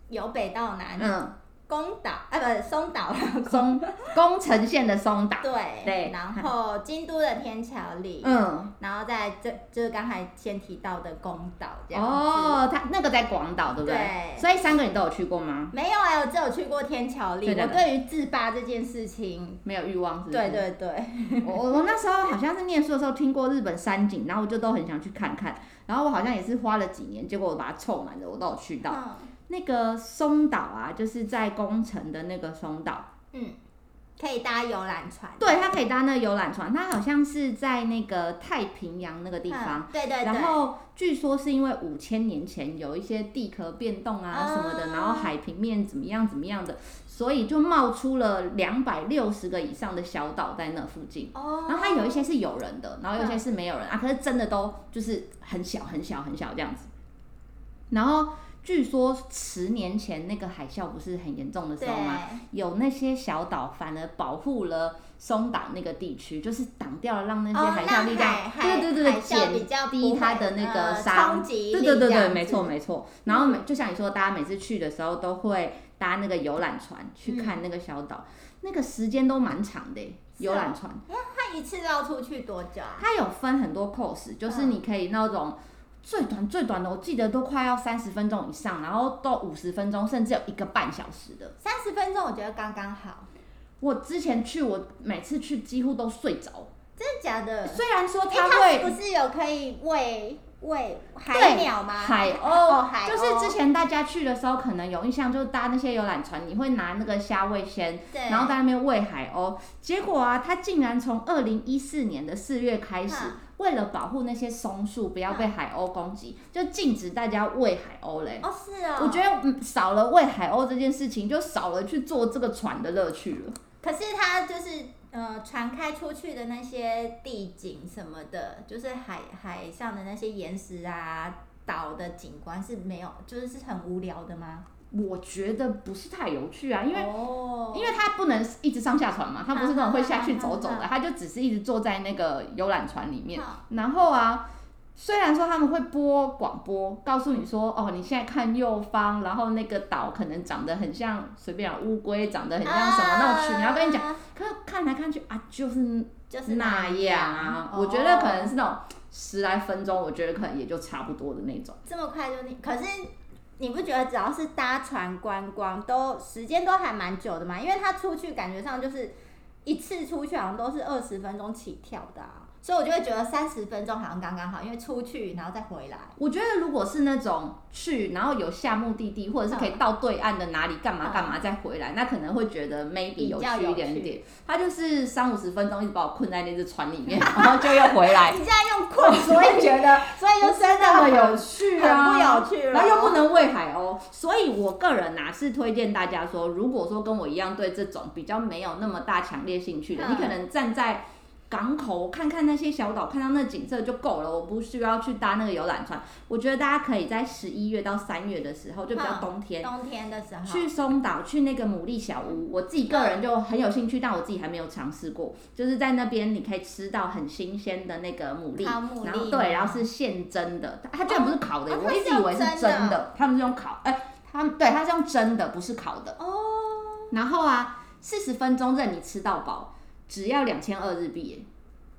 [SPEAKER 2] 由北到南，
[SPEAKER 1] 嗯，
[SPEAKER 2] 宫岛啊，不，松岛，
[SPEAKER 1] 松宫城县的松岛。
[SPEAKER 2] 对，
[SPEAKER 1] 对
[SPEAKER 2] 然后京都的天桥里，
[SPEAKER 1] 嗯，
[SPEAKER 2] 然后在这就是刚才先提到的宫岛这样子。
[SPEAKER 1] 哦，它那个在广岛，对不对？
[SPEAKER 2] 对
[SPEAKER 1] 所以三个你都有去过吗？
[SPEAKER 2] 没有哎、我只有去过天桥里。
[SPEAKER 1] 对的
[SPEAKER 2] 我对于自霸这件事情，
[SPEAKER 1] 没有欲望是不是？
[SPEAKER 2] 对对对，
[SPEAKER 1] 我我我那时候好像是念书的时候听过日本三景，然后我就都很想去看看，然后我好像也是花了几年，结果我把它凑满了，我都有去到。
[SPEAKER 2] 嗯
[SPEAKER 1] 那个松岛啊，就是在宫城的那个松岛，
[SPEAKER 2] 嗯，可以搭游览船，
[SPEAKER 1] 对，它可以搭那个游览船，它好像是在那个太平洋那个地方。
[SPEAKER 2] 嗯，对对
[SPEAKER 1] 然
[SPEAKER 2] 对，
[SPEAKER 1] 后据说是因为五千年前有一些地壳变动啊什么的，
[SPEAKER 2] 啊
[SPEAKER 1] 然后海平面怎么样怎么样的，所以就冒出了两百六十个以上的小岛在那附近。
[SPEAKER 2] 哦，
[SPEAKER 1] 然后它有一些是有人
[SPEAKER 2] 嗯
[SPEAKER 1] 的，然后有一些是没有人、啊，可是真的都就是很小很小很小这样子。然后据说十年前那个海啸不是很严重的时
[SPEAKER 2] 对
[SPEAKER 1] 候吗？有那些小岛反而保护了松岛那个地区，就是挡掉了让那些
[SPEAKER 2] 哦
[SPEAKER 1] 海啸力量，
[SPEAKER 2] 让海海
[SPEAKER 1] 对对对对，
[SPEAKER 2] 海啸比较
[SPEAKER 1] 减
[SPEAKER 2] 不
[SPEAKER 1] 低它
[SPEAKER 2] 会
[SPEAKER 1] 的那个
[SPEAKER 2] 呃
[SPEAKER 1] 伤，
[SPEAKER 2] 冲击
[SPEAKER 1] 对
[SPEAKER 2] 力
[SPEAKER 1] 对对
[SPEAKER 2] 这
[SPEAKER 1] 对，
[SPEAKER 2] 样
[SPEAKER 1] 没错
[SPEAKER 2] 子嗯
[SPEAKER 1] 没错。然后每就像你说，大家每次去的时候都会搭那个游览船
[SPEAKER 2] 嗯
[SPEAKER 1] 去看那个小岛，那个时间都蛮长的耶
[SPEAKER 2] 是
[SPEAKER 1] 游
[SPEAKER 2] 哦
[SPEAKER 1] 览船。
[SPEAKER 2] 它一次绕出去多久啊？
[SPEAKER 1] 它有分很多 course，就是你可以那种最短最短的，我记得都快要三十分钟以上，然后到五十分钟，甚至有一个半小时的。
[SPEAKER 2] 三十分钟我觉得刚刚好，
[SPEAKER 1] 我之前去，我每次去几乎都睡着。
[SPEAKER 2] 真的假的？
[SPEAKER 1] 虽然说
[SPEAKER 2] 哎
[SPEAKER 1] 它会
[SPEAKER 2] 它不是有可以喂喂海
[SPEAKER 1] 对
[SPEAKER 2] 鸟吗？
[SPEAKER 1] 海
[SPEAKER 2] 哦
[SPEAKER 1] 鸥，
[SPEAKER 2] 海
[SPEAKER 1] 就是之
[SPEAKER 2] 前
[SPEAKER 1] 前大家去的时候可能有印象，就是搭那些游览船，你会拿那个虾味鲜，
[SPEAKER 2] 对，
[SPEAKER 1] 然后在那边喂海鸥。结果啊，它竟然从二零一四年的四月开始
[SPEAKER 2] 嗯，
[SPEAKER 1] 为了保护那些松树不要被海鸥攻击，就禁止大家喂海鸥嘞。
[SPEAKER 2] 哦是哦，
[SPEAKER 1] 我觉得嗯少了喂海鸥这件事情，就少了去做这个船的乐趣了。
[SPEAKER 2] 可是它就是呃，船开出去的那些地景什么的，就是海海上的那些岩石啊、岛的景观是没有，就是是很无聊的吗？
[SPEAKER 1] 我觉得不是太有趣啊，因为、
[SPEAKER 2] 哦
[SPEAKER 1] 因为它不能一直上下船嘛，它不是那种会下去走走
[SPEAKER 2] 嗯嗯
[SPEAKER 1] 的，它就只是一直坐在那个游览船里面。
[SPEAKER 2] 好
[SPEAKER 1] 然后啊，虽然说他们会播广播，告诉你说，哦，你现在看右方，然后那个岛可能长得很像随便啊乌龟，长得很像什么那种群，然后跟你讲，
[SPEAKER 2] 啊
[SPEAKER 1] 可是看来看去啊，就是
[SPEAKER 2] 就是
[SPEAKER 1] 那样啊。我觉得可
[SPEAKER 2] 哦
[SPEAKER 1] 能是那种十来分钟，我觉得可能也就差不多的那种。
[SPEAKER 2] 这么快就你，可是你不觉得只要是搭船观光，都时间都还蛮久的嘛？因为他出去感觉上就是一次出去好像都是二十分钟起跳的、啊，所以我就会觉得三十分钟好像刚刚好，因为出去然后再回来。
[SPEAKER 1] 我觉得如果是那种去，然后有下目的地，或者是可以到对岸的哪里干嘛干嘛再回来，那可能会觉得 maybe 有
[SPEAKER 2] 嗯比较
[SPEAKER 1] 趣
[SPEAKER 2] 有
[SPEAKER 1] 一
[SPEAKER 2] 趣
[SPEAKER 1] 点点。他就是三五十分钟一直把我困在那只船里 面，然后就又回来，
[SPEAKER 2] 你现在用困，所以觉 得，所以就真的
[SPEAKER 1] 那么
[SPEAKER 2] 很
[SPEAKER 1] 有趣啊，
[SPEAKER 2] 很不有趣了
[SPEAKER 1] 然后又不能喂海鸥，所以我个人呐、是推荐大家说，如果说跟我一样对这种比较没有那么大强烈兴趣的，
[SPEAKER 2] 嗯
[SPEAKER 1] 你可能站在。港口看看那些小岛，看到那景色就够了，我不需要去搭那个游览船。我觉得大家可以在十一月到三月的时候，就比较
[SPEAKER 2] 嗯
[SPEAKER 1] 冬天，
[SPEAKER 2] 冬天的时候
[SPEAKER 1] 去松岛，去那个牡蛎小屋，我自己个人就很有兴趣，但我自己还没有尝试过。就是在那边，你可以吃到很新鲜的那个牡蛎，
[SPEAKER 2] 烤牡蛎
[SPEAKER 1] 然后
[SPEAKER 2] 吗
[SPEAKER 1] 对，然后是现蒸的，它它居然不是烤的，
[SPEAKER 2] 哦
[SPEAKER 1] 我
[SPEAKER 2] 它
[SPEAKER 1] 一
[SPEAKER 2] 是
[SPEAKER 1] 直以为是
[SPEAKER 2] 用蒸
[SPEAKER 1] 蒸
[SPEAKER 2] 的
[SPEAKER 1] 的，他们是用烤，哎、他们对，它是用蒸的，不是烤的。
[SPEAKER 2] 哦，
[SPEAKER 1] 然后啊，四十分钟任你吃到饱，只要两千二日币耶，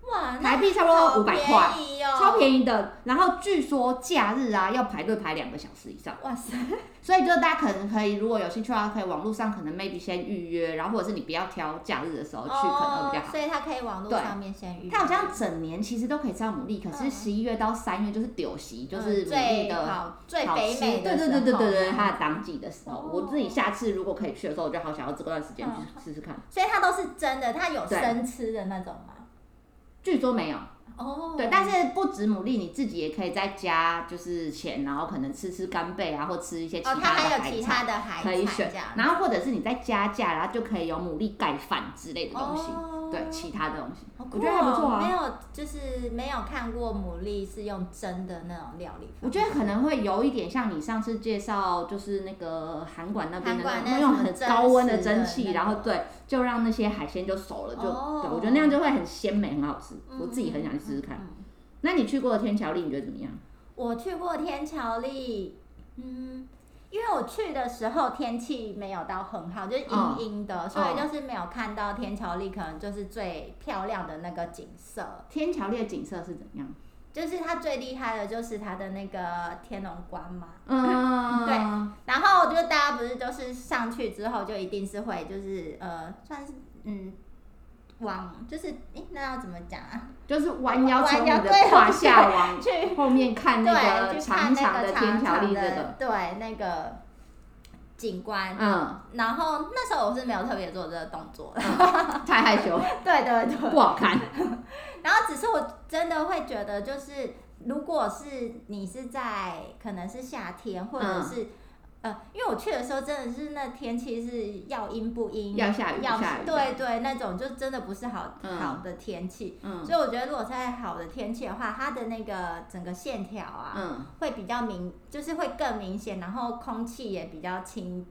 [SPEAKER 2] 哇，那
[SPEAKER 1] 台币差不多
[SPEAKER 2] 好
[SPEAKER 1] 五百
[SPEAKER 2] 便
[SPEAKER 1] 块，
[SPEAKER 2] 宜哦，
[SPEAKER 1] 超便宜的。然后据说假日啊要排队排两个小时以上。
[SPEAKER 2] 哇塞，
[SPEAKER 1] 所以就大家可能可以，如果有兴趣的话，可以网络上可能 maybe 先预约，然后或者是你不要挑假日的时候去，可能会比较
[SPEAKER 2] 哦
[SPEAKER 1] 好。
[SPEAKER 2] 所以它可以网络
[SPEAKER 1] 对
[SPEAKER 2] 上面先预约，
[SPEAKER 1] 它好像整年其实都可以吃到牡蛎，可是
[SPEAKER 2] 嗯
[SPEAKER 1] 十一月到三月就是丢席，就是牡
[SPEAKER 2] 嗯
[SPEAKER 1] 蛎
[SPEAKER 2] 最
[SPEAKER 1] 的好
[SPEAKER 2] 好最
[SPEAKER 1] 吃
[SPEAKER 2] 北美
[SPEAKER 1] 对
[SPEAKER 2] 的
[SPEAKER 1] 对
[SPEAKER 2] 时
[SPEAKER 1] 对对对对，
[SPEAKER 2] 候
[SPEAKER 1] 它的当季的时候，
[SPEAKER 2] 哦
[SPEAKER 1] 我自己下次如果可以去的时候，我就好想要这段时间
[SPEAKER 2] 嗯
[SPEAKER 1] 去试试看。
[SPEAKER 2] 所以它都是真的，它有
[SPEAKER 1] 对
[SPEAKER 2] 生吃的那种吗？
[SPEAKER 1] 据说没有，
[SPEAKER 2] 哦
[SPEAKER 1] 对，但是不止牡蛎，你自己也可以在家就是钱，然后可能吃吃干贝啊，或吃一些其
[SPEAKER 2] 哦，它
[SPEAKER 1] 他的
[SPEAKER 2] 还有
[SPEAKER 1] 海
[SPEAKER 2] 其
[SPEAKER 1] 产。
[SPEAKER 2] 他的海
[SPEAKER 1] 可以
[SPEAKER 2] 产
[SPEAKER 1] 选
[SPEAKER 2] 这样，
[SPEAKER 1] 然后或者是你再加价，然后就可以有牡蛎盖饭之类的东西，
[SPEAKER 2] 哦
[SPEAKER 1] 对，其他的东西，
[SPEAKER 2] 好酷
[SPEAKER 1] 我觉得还不错
[SPEAKER 2] 哦没
[SPEAKER 1] 啊。
[SPEAKER 2] 有就是没有看过牡蛎是用蒸的那种料理方式，
[SPEAKER 1] 我觉得可能会有一点像你上次介绍，就是那个韩馆那边的
[SPEAKER 2] 韩
[SPEAKER 1] 那
[SPEAKER 2] 馆
[SPEAKER 1] 种，
[SPEAKER 2] 那
[SPEAKER 1] 用很高温的蒸
[SPEAKER 2] 蒸
[SPEAKER 1] 汽，
[SPEAKER 2] 汽的那
[SPEAKER 1] 然
[SPEAKER 2] 种
[SPEAKER 1] 后对，就让那些海鲜就熟了，就、
[SPEAKER 2] 哦
[SPEAKER 1] 对我觉得那样就会很鲜美，很好吃。
[SPEAKER 2] 嗯
[SPEAKER 1] 我自己很想去试试看。
[SPEAKER 2] 嗯嗯
[SPEAKER 1] 那你去过的天桥立，你觉得怎么样？
[SPEAKER 2] 我去过天桥立，嗯，因为我去的时候天气没有到很好，就是
[SPEAKER 1] 嗯
[SPEAKER 2] 阴阴的，所以就是没有看到天桥立可能就是最漂亮的那个景色。
[SPEAKER 1] 天桥立的景色是怎 样？
[SPEAKER 2] 就是它最厉害的就是它的那个天龙关嘛，
[SPEAKER 1] 嗯，
[SPEAKER 2] 对然后就是大家不是就是上去之后就一定是会就是呃算是嗯往就是诶那要怎么讲啊？
[SPEAKER 1] 就是弯腰从
[SPEAKER 2] 弯
[SPEAKER 1] 你
[SPEAKER 2] 腰
[SPEAKER 1] 的
[SPEAKER 2] 对
[SPEAKER 1] 胯下往
[SPEAKER 2] 去
[SPEAKER 1] 后面看那
[SPEAKER 2] 对
[SPEAKER 1] 个
[SPEAKER 2] 去
[SPEAKER 1] 长
[SPEAKER 2] 看那
[SPEAKER 1] 长
[SPEAKER 2] 个
[SPEAKER 1] 的天桥
[SPEAKER 2] 长
[SPEAKER 1] 立这
[SPEAKER 2] 的
[SPEAKER 1] 个。
[SPEAKER 2] 对那个景观。
[SPEAKER 1] 嗯，
[SPEAKER 2] 然后那时候我是没有特别做这个动作的，
[SPEAKER 1] 太害羞，
[SPEAKER 2] 对对对。
[SPEAKER 1] 不好看。
[SPEAKER 2] 然后只是我真的会觉得，就是如果是你是在可能是夏天，或者
[SPEAKER 1] 嗯
[SPEAKER 2] 是、呃，因为我去的时候真的是那天气是要阴不阴，
[SPEAKER 1] 要下雨不
[SPEAKER 2] 要
[SPEAKER 1] 下雨
[SPEAKER 2] 对对，那种就真的不是好、
[SPEAKER 1] 嗯
[SPEAKER 2] 好的天气。
[SPEAKER 1] 嗯
[SPEAKER 2] 所以我觉得，如果在好的天气的话，它的那个整个线条啊，
[SPEAKER 1] 嗯，
[SPEAKER 2] 会比较明，就是会更明显，然后空气也比较清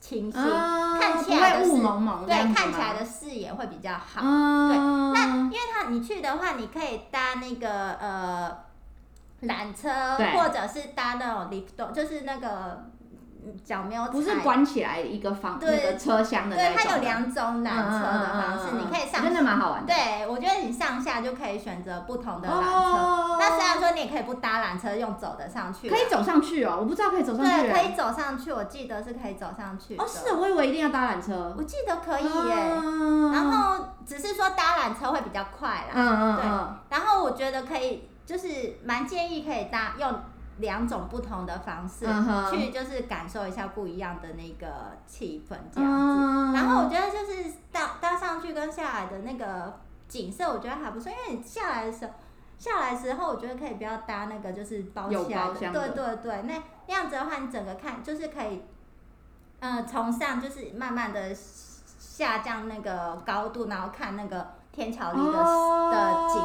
[SPEAKER 2] 清新，
[SPEAKER 1] 啊
[SPEAKER 2] 看起来
[SPEAKER 1] 不
[SPEAKER 2] 就是
[SPEAKER 1] 会雾蒙蒙这
[SPEAKER 2] 对
[SPEAKER 1] 样，子吗，
[SPEAKER 2] 看起来的视野会比较好。
[SPEAKER 1] 啊，
[SPEAKER 2] 那因为它你去的话，你可以搭那个呃缆车，
[SPEAKER 1] 对
[SPEAKER 2] 或者是搭那种 lift，就是那个嗯脚没有踩
[SPEAKER 1] 不是关起来一个房那
[SPEAKER 2] 对
[SPEAKER 1] 个车厢的那
[SPEAKER 2] 对，
[SPEAKER 1] 种，
[SPEAKER 2] 它有两种缆车的方
[SPEAKER 1] 嗯嗯嗯嗯
[SPEAKER 2] 式，
[SPEAKER 1] 嗯
[SPEAKER 2] 你可以上
[SPEAKER 1] 真的蛮好玩的。
[SPEAKER 2] 对，我觉得你上下就可以选择不同的缆车。
[SPEAKER 1] 哦
[SPEAKER 2] 那虽然说你也可以不搭缆车，用走的上去，
[SPEAKER 1] 可以走上去哦，我不知道可以走上去
[SPEAKER 2] 对，
[SPEAKER 1] 欸。
[SPEAKER 2] 可以走上去。我记得是可以走上去的。
[SPEAKER 1] 哦，是，我以为一定要搭缆车。
[SPEAKER 2] 我记得可以耶。
[SPEAKER 1] 啊
[SPEAKER 2] 然后只是说搭缆车会比较快啦。
[SPEAKER 1] 嗯嗯
[SPEAKER 2] 对
[SPEAKER 1] 嗯，
[SPEAKER 2] 然后我觉得可以，就是蛮建议可以搭用两种不同的方式、
[SPEAKER 1] 嗯哼
[SPEAKER 2] 去，就是感受一下不一样的那个气氛这样子。
[SPEAKER 1] 嗯
[SPEAKER 2] 然后我觉得就是搭搭上去跟下来的那个景色，我觉得还不错，因为你下来的时候。下来之后，我觉得可以不要搭那个，就是包
[SPEAKER 1] 有
[SPEAKER 2] 起来
[SPEAKER 1] 包厢的
[SPEAKER 2] 对对对，那那样子的话，你整个看就是可以，呃，从上就是慢慢的下降那个高度，然后看那个天桥里的、的景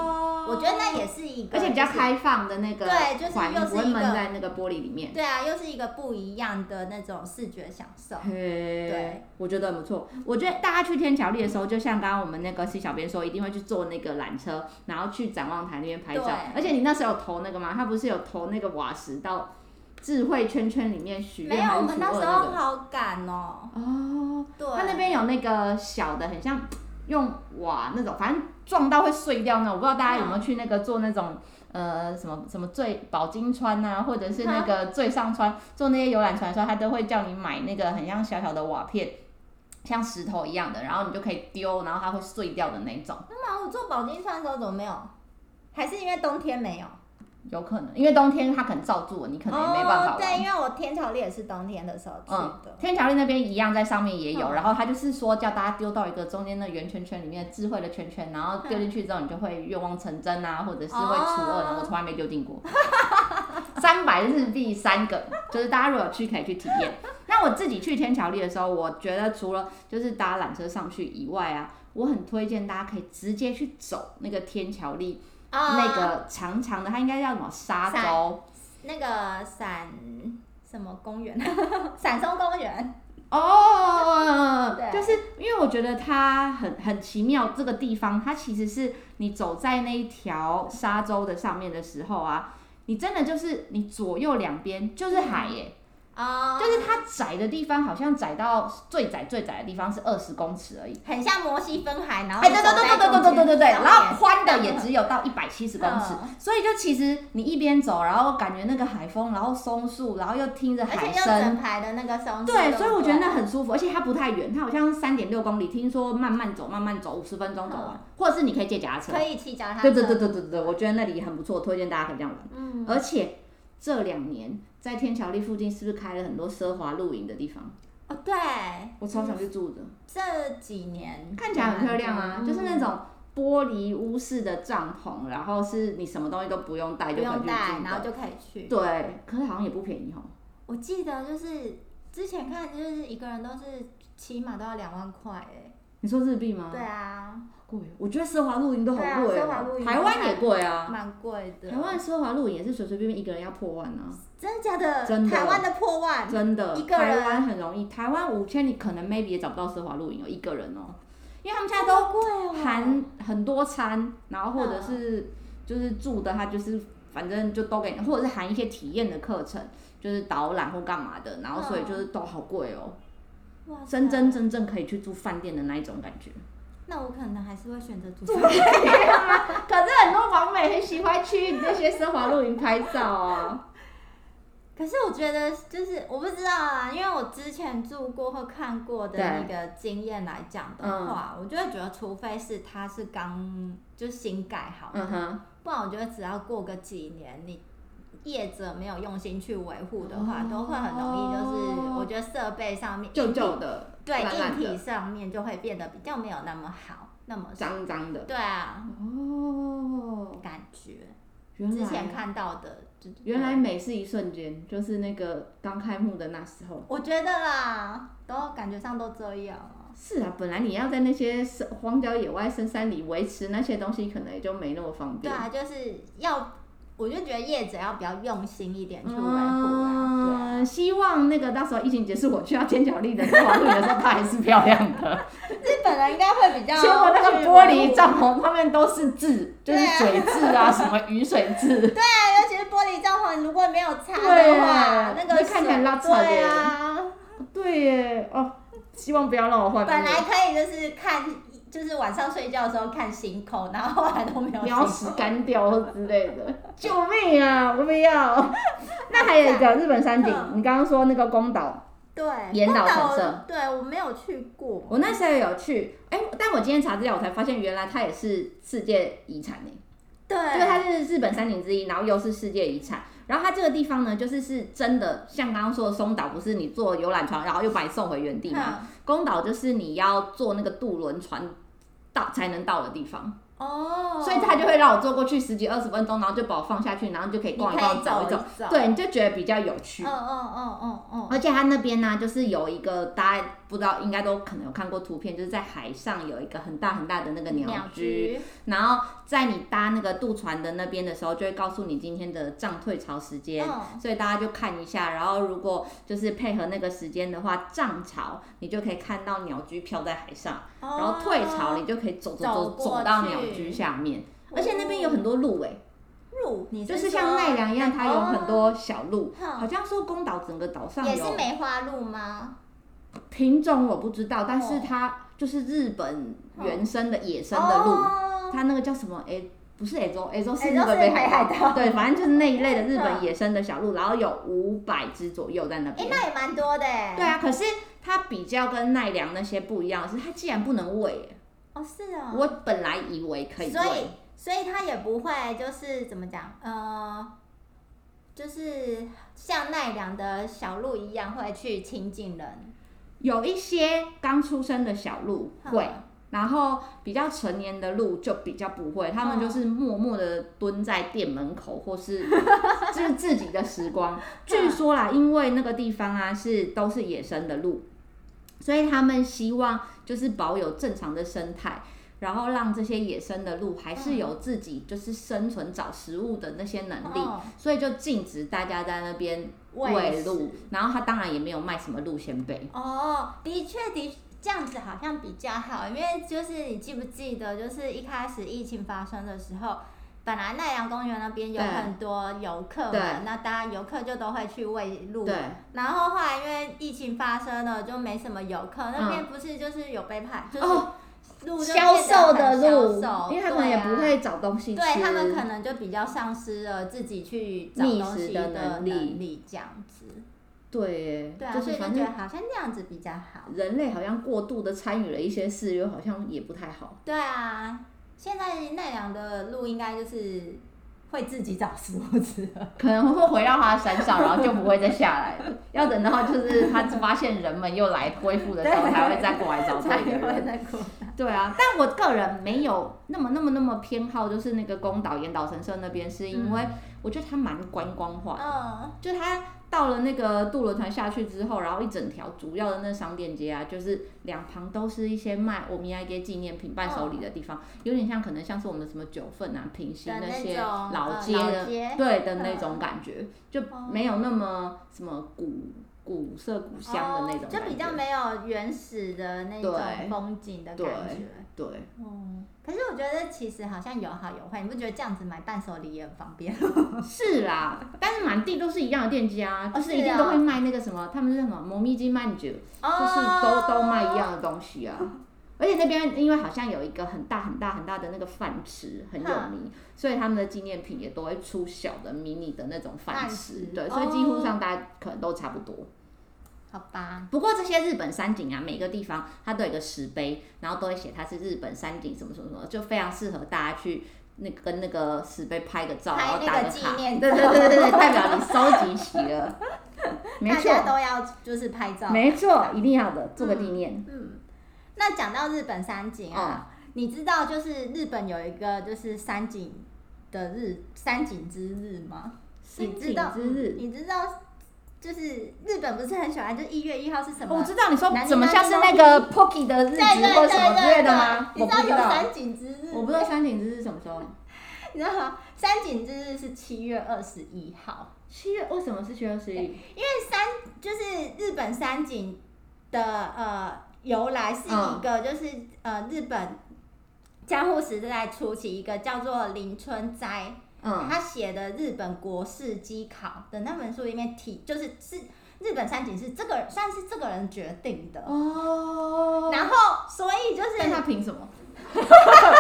[SPEAKER 2] 我觉得那也是一个，
[SPEAKER 1] 哦而且比较
[SPEAKER 2] 就是。
[SPEAKER 1] 开放的那个
[SPEAKER 2] 对就是
[SPEAKER 1] 环
[SPEAKER 2] 又是
[SPEAKER 1] 不会
[SPEAKER 2] 一个
[SPEAKER 1] 闷在那个玻璃里面。
[SPEAKER 2] 对啊，又是一个不一样的那种视觉享受。
[SPEAKER 1] 嘿，
[SPEAKER 2] 对，
[SPEAKER 1] 我觉得很不错。我觉得大家去天桥立的时候，就像刚刚我们那个 C 小编说，一定会去坐那个缆车，然后去展望台那边拍照
[SPEAKER 2] 对。
[SPEAKER 1] 而且你那时候有投那个吗？他不是有投那个瓦石到智慧圈圈里面许
[SPEAKER 2] 没
[SPEAKER 1] 愿
[SPEAKER 2] 有，
[SPEAKER 1] 还
[SPEAKER 2] 我
[SPEAKER 1] 是
[SPEAKER 2] 们
[SPEAKER 1] 除
[SPEAKER 2] 那
[SPEAKER 1] 恶
[SPEAKER 2] 时
[SPEAKER 1] 那
[SPEAKER 2] 候
[SPEAKER 1] 个？
[SPEAKER 2] 好赶哦。
[SPEAKER 1] 哦，
[SPEAKER 2] 对，
[SPEAKER 1] 他那边有那个小的，很像用瓦那种，反正撞到会碎掉那种。我不知道大家有没有去那个做那种。呃，什么什么最宝金川呐、或者是那个最上川，坐那些游览船的时候，他都会叫你买那个很像小小的瓦片，像石头一样的，然后你就可以丢，然后它会碎掉的那种。
[SPEAKER 2] 那么我做保金川的时候怎么没有？还是因为冬天没有？
[SPEAKER 1] 有可能因为冬天它可能罩住了，你可能也没办法
[SPEAKER 2] 哦。
[SPEAKER 1] 玩。
[SPEAKER 2] 对，因为我天桥立也是冬天的时候去
[SPEAKER 1] 嗯
[SPEAKER 2] 的。，
[SPEAKER 1] 天桥立那边一样，在上面也有。
[SPEAKER 2] 嗯
[SPEAKER 1] 然后他就是说叫大家丢到一个中间的圆圈圈里面，智慧的圈圈，然后丢进去之后，你就会愿望成真啊，或者是会除恶。
[SPEAKER 2] 哦
[SPEAKER 1] 然后我从来没丢进 过，三百日币三个，就是大家如果有去可以去体验。那我自己去天桥立的时候，我觉得除了就是搭缆车上去以外啊，我很推荐大家可以直接去走那个天桥立、
[SPEAKER 2] 啊
[SPEAKER 1] 嗯那个长长的，它应该叫什么沙
[SPEAKER 2] 伞
[SPEAKER 1] 洲。
[SPEAKER 2] 那个伞什么公园？ 伞松公园。
[SPEAKER 1] 哦，
[SPEAKER 2] 对
[SPEAKER 1] 就是因为我觉得它很很奇妙，这个地方它其实是你走在那一条沙洲的上面的时候啊，你真的就是你左右两边就是海耶、
[SPEAKER 2] 哦，
[SPEAKER 1] 就是它窄的地方好像窄到最窄最窄的地方是二十公尺而已。
[SPEAKER 2] 很像摩西分海，然后
[SPEAKER 1] 哎，对对对对对对对对对对，然后宽的也
[SPEAKER 2] 只
[SPEAKER 1] 只有到一百七十公尺，
[SPEAKER 2] 嗯
[SPEAKER 1] 所以就其实你一边走，然后感觉那个海风，然后松树，然后又听着
[SPEAKER 2] 而且
[SPEAKER 1] 海
[SPEAKER 2] 又
[SPEAKER 1] 声，
[SPEAKER 2] 整排的啊那个松树
[SPEAKER 1] 对，
[SPEAKER 2] 不
[SPEAKER 1] 所以我觉得那很舒服，而且它不太远，它好像三点六公里，听说慢慢走，慢慢走，五十分钟走完，或者是你可以借脚踏车
[SPEAKER 2] 嗯可。以骑脚踏车。
[SPEAKER 1] 对对对对对对，我觉得那里很不错，推荐大家可以这样玩。
[SPEAKER 2] 嗯，
[SPEAKER 1] 而且这两年在天桥立附近是不是开了很多奢华露营的地方？
[SPEAKER 2] 哦对，
[SPEAKER 1] 我超想去住的，
[SPEAKER 2] 这几年
[SPEAKER 1] 嗯看起来很漂亮啊，
[SPEAKER 2] 嗯
[SPEAKER 1] 就是那种玻璃屋式的帐篷，然后是你什么东西都不用带
[SPEAKER 2] 不
[SPEAKER 1] 就可以
[SPEAKER 2] 用
[SPEAKER 1] 去
[SPEAKER 2] 带，
[SPEAKER 1] 住
[SPEAKER 2] 然后
[SPEAKER 1] 的。
[SPEAKER 2] 就可以去。
[SPEAKER 1] 对，可是好像也不便宜哦。
[SPEAKER 2] 我记得就是之前看，就是一个人都是起码都要两万块哎、
[SPEAKER 1] 你说日币吗？
[SPEAKER 2] 对，啊，
[SPEAKER 1] 贵。哦我觉得奢华露营都好
[SPEAKER 2] 对啊
[SPEAKER 1] 贵
[SPEAKER 2] 奢华露
[SPEAKER 1] 哦，
[SPEAKER 2] 营
[SPEAKER 1] 台湾也贵啊。
[SPEAKER 2] 蛮贵的。
[SPEAKER 1] 台湾的奢华露营也是随随便便一个人要破万啊，
[SPEAKER 2] 真的假的？
[SPEAKER 1] 真的
[SPEAKER 2] 台湾的破万，
[SPEAKER 1] 真的。
[SPEAKER 2] 一个人
[SPEAKER 1] 台湾很容易，台湾五千你可能 maybe 也找不到奢华露营哦，一个人哦，因为他们现在都
[SPEAKER 2] 好贵哦，
[SPEAKER 1] 含很多餐，然后或者是就是住的，他就是反正就都给你，或者是含一些体验的课程，就是导览或干嘛的，然后所以就是都好贵哦，
[SPEAKER 2] 哇塞
[SPEAKER 1] 真真正正可以去住饭店的那一种感觉。
[SPEAKER 2] 那我可能还是会选择 住。
[SPEAKER 1] 啊可是很多网美很喜欢去那些奢华露营拍照啊，
[SPEAKER 2] 可是我觉得就是我不知道啊，因为我之前住过或看过的
[SPEAKER 1] 对嗯
[SPEAKER 2] 那个经验来讲的话，我就会觉得，除非是它是刚就新盖好，
[SPEAKER 1] 嗯哼。
[SPEAKER 2] 不然我觉得只要过个几年，你业者没有用心去维护的话，都会很容易就是
[SPEAKER 1] 哦
[SPEAKER 2] 我觉得设备上面
[SPEAKER 1] 旧旧的，
[SPEAKER 2] 对
[SPEAKER 1] 烂
[SPEAKER 2] 硬
[SPEAKER 1] 烂
[SPEAKER 2] 体
[SPEAKER 1] 的，
[SPEAKER 2] 上面就会变得比较没有那么好，那么
[SPEAKER 1] 脏脏的。
[SPEAKER 2] 对啊，
[SPEAKER 1] 哦，
[SPEAKER 2] 感觉
[SPEAKER 1] 原
[SPEAKER 2] 之前
[SPEAKER 1] 来
[SPEAKER 2] 看到的，就
[SPEAKER 1] 原来美是一瞬间，就是那个刚开幕的那时候。
[SPEAKER 2] 我觉得啦，都感觉上都这样啊。
[SPEAKER 1] 是啊，本来你要在那些深荒郊野外、深山里维持那些东西，可能也就没那么方
[SPEAKER 2] 对
[SPEAKER 1] 便。
[SPEAKER 2] 啊，就是要，我就觉得业者要比较用心一点去维护啦。对啊
[SPEAKER 1] 嗯，希望那个到时候疫情结束，我去到尖角力的时候，我的时候，它还是漂亮 的。
[SPEAKER 2] 日本人应该会 比较
[SPEAKER 1] 结果那个玻璃帐篷，他们都是字，就是
[SPEAKER 2] 对啊
[SPEAKER 1] 水渍啊，什么雨水渍。
[SPEAKER 2] 对啊，尤其是玻璃帐篷，如果没有擦
[SPEAKER 1] 对
[SPEAKER 2] 的话，那个
[SPEAKER 1] 会看起来
[SPEAKER 2] 水
[SPEAKER 1] 拉扯耶
[SPEAKER 2] 对啊，
[SPEAKER 1] 对耶，哦，希望不要让我换。
[SPEAKER 2] 本来可以就是看，就是晚上睡觉的时候看星空，然后后来都没有
[SPEAKER 1] 鸟
[SPEAKER 2] 星
[SPEAKER 1] 屎干掉或之类的，救命啊！我不要。那还有一个日本山景，
[SPEAKER 2] 嗯
[SPEAKER 1] 你刚刚说那个宫岛，
[SPEAKER 2] 对，
[SPEAKER 1] 岩岛
[SPEAKER 2] 宫
[SPEAKER 1] 神社
[SPEAKER 2] 对我没有去过，
[SPEAKER 1] 我那时候有去，哎、但我今天查资料，我才发现原来它也是世界遗产呢、
[SPEAKER 2] 对，
[SPEAKER 1] 就是它是日本山景之一，然后又是世界遗产。然后它这个地方呢，就是是真的，像刚刚说的松岛，不是你坐游览船，然后又把你送回原地吗？
[SPEAKER 2] 嗯
[SPEAKER 1] 宫岛就是你要坐那个渡轮船到才能到的地方，
[SPEAKER 2] 哦，
[SPEAKER 1] 所以他就会让我坐过去十几二十分钟，然后就把我放下去，然后你就可以
[SPEAKER 2] 你
[SPEAKER 1] 逛一
[SPEAKER 2] 可
[SPEAKER 1] 逛、
[SPEAKER 2] 以
[SPEAKER 1] 走一走
[SPEAKER 2] 走，走，
[SPEAKER 1] 对，你就觉得比较有趣。
[SPEAKER 2] 嗯嗯嗯嗯嗯，
[SPEAKER 1] 而且它那边呢、就是有一个大家不知道，应该都可能有看过图片，就是在海上有一个很大很大的那个鸟居，
[SPEAKER 2] 居，
[SPEAKER 1] 然后在你搭那个渡船的那边的时候，就会告诉你今天的涨退潮时间。
[SPEAKER 2] 嗯，
[SPEAKER 1] 所以大家就看一下，然后如果就是配合那个时间的话，涨潮你就可以看到鸟居飘在海上，
[SPEAKER 2] 然
[SPEAKER 1] 然后退
[SPEAKER 2] 哦
[SPEAKER 1] 潮你就可以走走走
[SPEAKER 2] 走过
[SPEAKER 1] 走到
[SPEAKER 2] 去
[SPEAKER 1] 鸟居下面，而且那边有很多路诶、欸
[SPEAKER 2] 入，你
[SPEAKER 1] 就是是像奈良一样，它有很多小路，
[SPEAKER 2] 哦
[SPEAKER 1] 好像说宫岛整个岛
[SPEAKER 2] 说
[SPEAKER 1] 上
[SPEAKER 2] 也是
[SPEAKER 1] 有
[SPEAKER 2] 梅花鹿吗？
[SPEAKER 1] 品种我不知道，但是
[SPEAKER 2] 哦
[SPEAKER 1] 它就是日本原生的野生的鹿，
[SPEAKER 2] 哦，
[SPEAKER 1] 它那个叫什么？诶，不是诶洲，诶洲是
[SPEAKER 2] 哎
[SPEAKER 1] 日
[SPEAKER 2] 都是
[SPEAKER 1] 本北
[SPEAKER 2] 北
[SPEAKER 1] 海
[SPEAKER 2] 海
[SPEAKER 1] 道，
[SPEAKER 2] 道，
[SPEAKER 1] 对，反正就是那一类的日本
[SPEAKER 2] 嗯
[SPEAKER 1] 野生的小鹿，然后有五百只左右在那
[SPEAKER 2] 哎，
[SPEAKER 1] 边。
[SPEAKER 2] 那也蛮多的哎，
[SPEAKER 1] 对，啊，可是它比较跟奈良那些不一样，是它既然不能喂耶，
[SPEAKER 2] 哦是啊，
[SPEAKER 1] 我本来以为可以
[SPEAKER 2] 所以
[SPEAKER 1] 喂，
[SPEAKER 2] 所以它也不会就是怎么讲，呃，就是像奈良的小鹿一样会去亲近人，
[SPEAKER 1] 有一些刚出生的小鹿
[SPEAKER 2] 嗯
[SPEAKER 1] 会，然后比较成年的鹿就比较不会，他们就是默默的蹲在店门
[SPEAKER 2] 嗯
[SPEAKER 1] 口，或是 就是自己的时光。据说啦，因为那个地方啊是都是野生的鹿，所以他们希望就是保有正常的生态。然后让这些野生的鹿还是有自己就是生存找食物的那些能力，
[SPEAKER 2] 嗯
[SPEAKER 1] 所以就禁止大家在那边喂
[SPEAKER 2] 喂
[SPEAKER 1] 鹿
[SPEAKER 2] 食。
[SPEAKER 1] 然后他当然也没有卖什么鹿仙贝，
[SPEAKER 2] 哦，的确的，这样子好像比较好，因为就是你记不记得，就是一开始疫情发生的时候，本来奈良公园那边有
[SPEAKER 1] 对
[SPEAKER 2] 很多游客
[SPEAKER 1] 对
[SPEAKER 2] 嘛，那当然游客就都会去喂鹿，
[SPEAKER 1] 对，
[SPEAKER 2] 然后后来因为疫情发生了，就没什么游客，那边不是就是有被派，就
[SPEAKER 1] 哦
[SPEAKER 2] 是鹿就
[SPEAKER 1] 销售的路，
[SPEAKER 2] 路，
[SPEAKER 1] 因为他们也不
[SPEAKER 2] 对啊。
[SPEAKER 1] 会找东西吃，
[SPEAKER 2] 对他们可能就比较丧失了自己去找
[SPEAKER 1] 觅
[SPEAKER 2] 东
[SPEAKER 1] 食
[SPEAKER 2] 西
[SPEAKER 1] 的
[SPEAKER 2] 能
[SPEAKER 1] 能力
[SPEAKER 2] 这样子。
[SPEAKER 1] 对耶
[SPEAKER 2] 对啊，
[SPEAKER 1] 就
[SPEAKER 2] 所
[SPEAKER 1] 是
[SPEAKER 2] 以就
[SPEAKER 1] 反
[SPEAKER 2] 觉
[SPEAKER 1] 正
[SPEAKER 2] 得好像那样子比较好。
[SPEAKER 1] 人类好像过度的参与了一些事，又好像也不太好。
[SPEAKER 2] 对啊，现在奈良的鹿应该就是会自己找食物 吃了。
[SPEAKER 1] 可能会回到他的山上，然后就不会再下来了。要等到就是他发现人们又来恢复的时候，
[SPEAKER 2] 对
[SPEAKER 1] 才会再过来找
[SPEAKER 2] 才
[SPEAKER 1] 这个
[SPEAKER 2] 不会
[SPEAKER 1] 人。
[SPEAKER 2] 再过
[SPEAKER 1] 对啊，但我个人没有那么那么那么偏好，就是那个宫岛岩岛神社那边，是因为我觉得它蛮观光化的，
[SPEAKER 2] 嗯，
[SPEAKER 1] 就它到了那个渡轮船下去之后，然后一整条主要的那商店街啊，就是两旁都是一些卖欧米茄纪念品伴手礼的地方，有点像可能像是我们什么九份啊、平溪
[SPEAKER 2] 的
[SPEAKER 1] 那
[SPEAKER 2] 那
[SPEAKER 1] 些
[SPEAKER 2] 种
[SPEAKER 1] 老
[SPEAKER 2] 呃
[SPEAKER 1] 街的
[SPEAKER 2] 老街
[SPEAKER 1] 对的那种感觉，就
[SPEAKER 2] 哦
[SPEAKER 1] 没有那么什么古古色古香的那种
[SPEAKER 2] 哦
[SPEAKER 1] 感觉、
[SPEAKER 2] 就比较没有原始的那种
[SPEAKER 1] 对
[SPEAKER 2] 风景的感
[SPEAKER 1] 对
[SPEAKER 2] 觉。
[SPEAKER 1] 对，
[SPEAKER 2] 嗯，可是我觉得其实好像有好有坏，你不觉得这样子买伴手礼也很方便？
[SPEAKER 1] 是啦，但是满地都是一样的店家，
[SPEAKER 2] 哦
[SPEAKER 1] 就是
[SPEAKER 2] 是
[SPEAKER 1] 一定
[SPEAKER 2] 啊
[SPEAKER 1] 都会卖那个什么，他们是什么摩咪鸡曼酒，就是都
[SPEAKER 2] 哦
[SPEAKER 1] 都卖一。样的东西啊。而且那边因为好像有一个很大很大很大的那个饭池很有名，所以他们的纪念品也都会出小的迷你的那种饭
[SPEAKER 2] 饭哦
[SPEAKER 1] 池
[SPEAKER 2] 池，
[SPEAKER 1] 对，所以几乎
[SPEAKER 2] 哦
[SPEAKER 1] 上大家可能都差不多。
[SPEAKER 2] 好吧，
[SPEAKER 1] 不过这些日本山景啊，每个地方它都有一个石碑，然后都会写它是日本山景什么什么什么，就非常适合大家去那跟那个石碑拍个照，然
[SPEAKER 2] 拍
[SPEAKER 1] 后打
[SPEAKER 2] 那个
[SPEAKER 1] 个
[SPEAKER 2] 纪
[SPEAKER 1] 卡。
[SPEAKER 2] 念
[SPEAKER 1] 对对对对对，代表你收集齐 了，没
[SPEAKER 2] 大
[SPEAKER 1] 错
[SPEAKER 2] 家，都要就是拍照。
[SPEAKER 1] 没错，一定要的，做个纪念。
[SPEAKER 2] 嗯，那讲到日本三景啊，
[SPEAKER 1] 嗯
[SPEAKER 2] 你知道就是日本有一个就是三景的日三景之日吗？
[SPEAKER 1] 三
[SPEAKER 2] 你知
[SPEAKER 1] 景
[SPEAKER 2] 道
[SPEAKER 1] 之日，
[SPEAKER 2] 你知道就是日本不是很喜欢，就一月一号是什么？
[SPEAKER 1] 哦我知道你说
[SPEAKER 2] 南宁
[SPEAKER 1] 怎么像是那个 Pocky 的日子
[SPEAKER 2] 对对对
[SPEAKER 1] 或什么之类
[SPEAKER 2] 对
[SPEAKER 1] 的吗？
[SPEAKER 2] 对，
[SPEAKER 1] 我不
[SPEAKER 2] 你知道
[SPEAKER 1] 知
[SPEAKER 2] 有
[SPEAKER 1] 道，
[SPEAKER 2] 三景之日？
[SPEAKER 1] 我不知道三井之日是什么时候。
[SPEAKER 2] 你知道吗？三井之日是七月二十一号，
[SPEAKER 1] 七月为什么是七月二十一？
[SPEAKER 2] 就是日本三井的呃由来是一
[SPEAKER 1] 嗯
[SPEAKER 2] 个就是、呃日本江户时代初期一个叫做林春斋、
[SPEAKER 1] 嗯，
[SPEAKER 2] 他写的《日本国事机考》的那本书里面提，就是是日本三井是这个算是这个人决定的，
[SPEAKER 1] 哦
[SPEAKER 2] 然后所以就是
[SPEAKER 1] 但他凭什 么？为什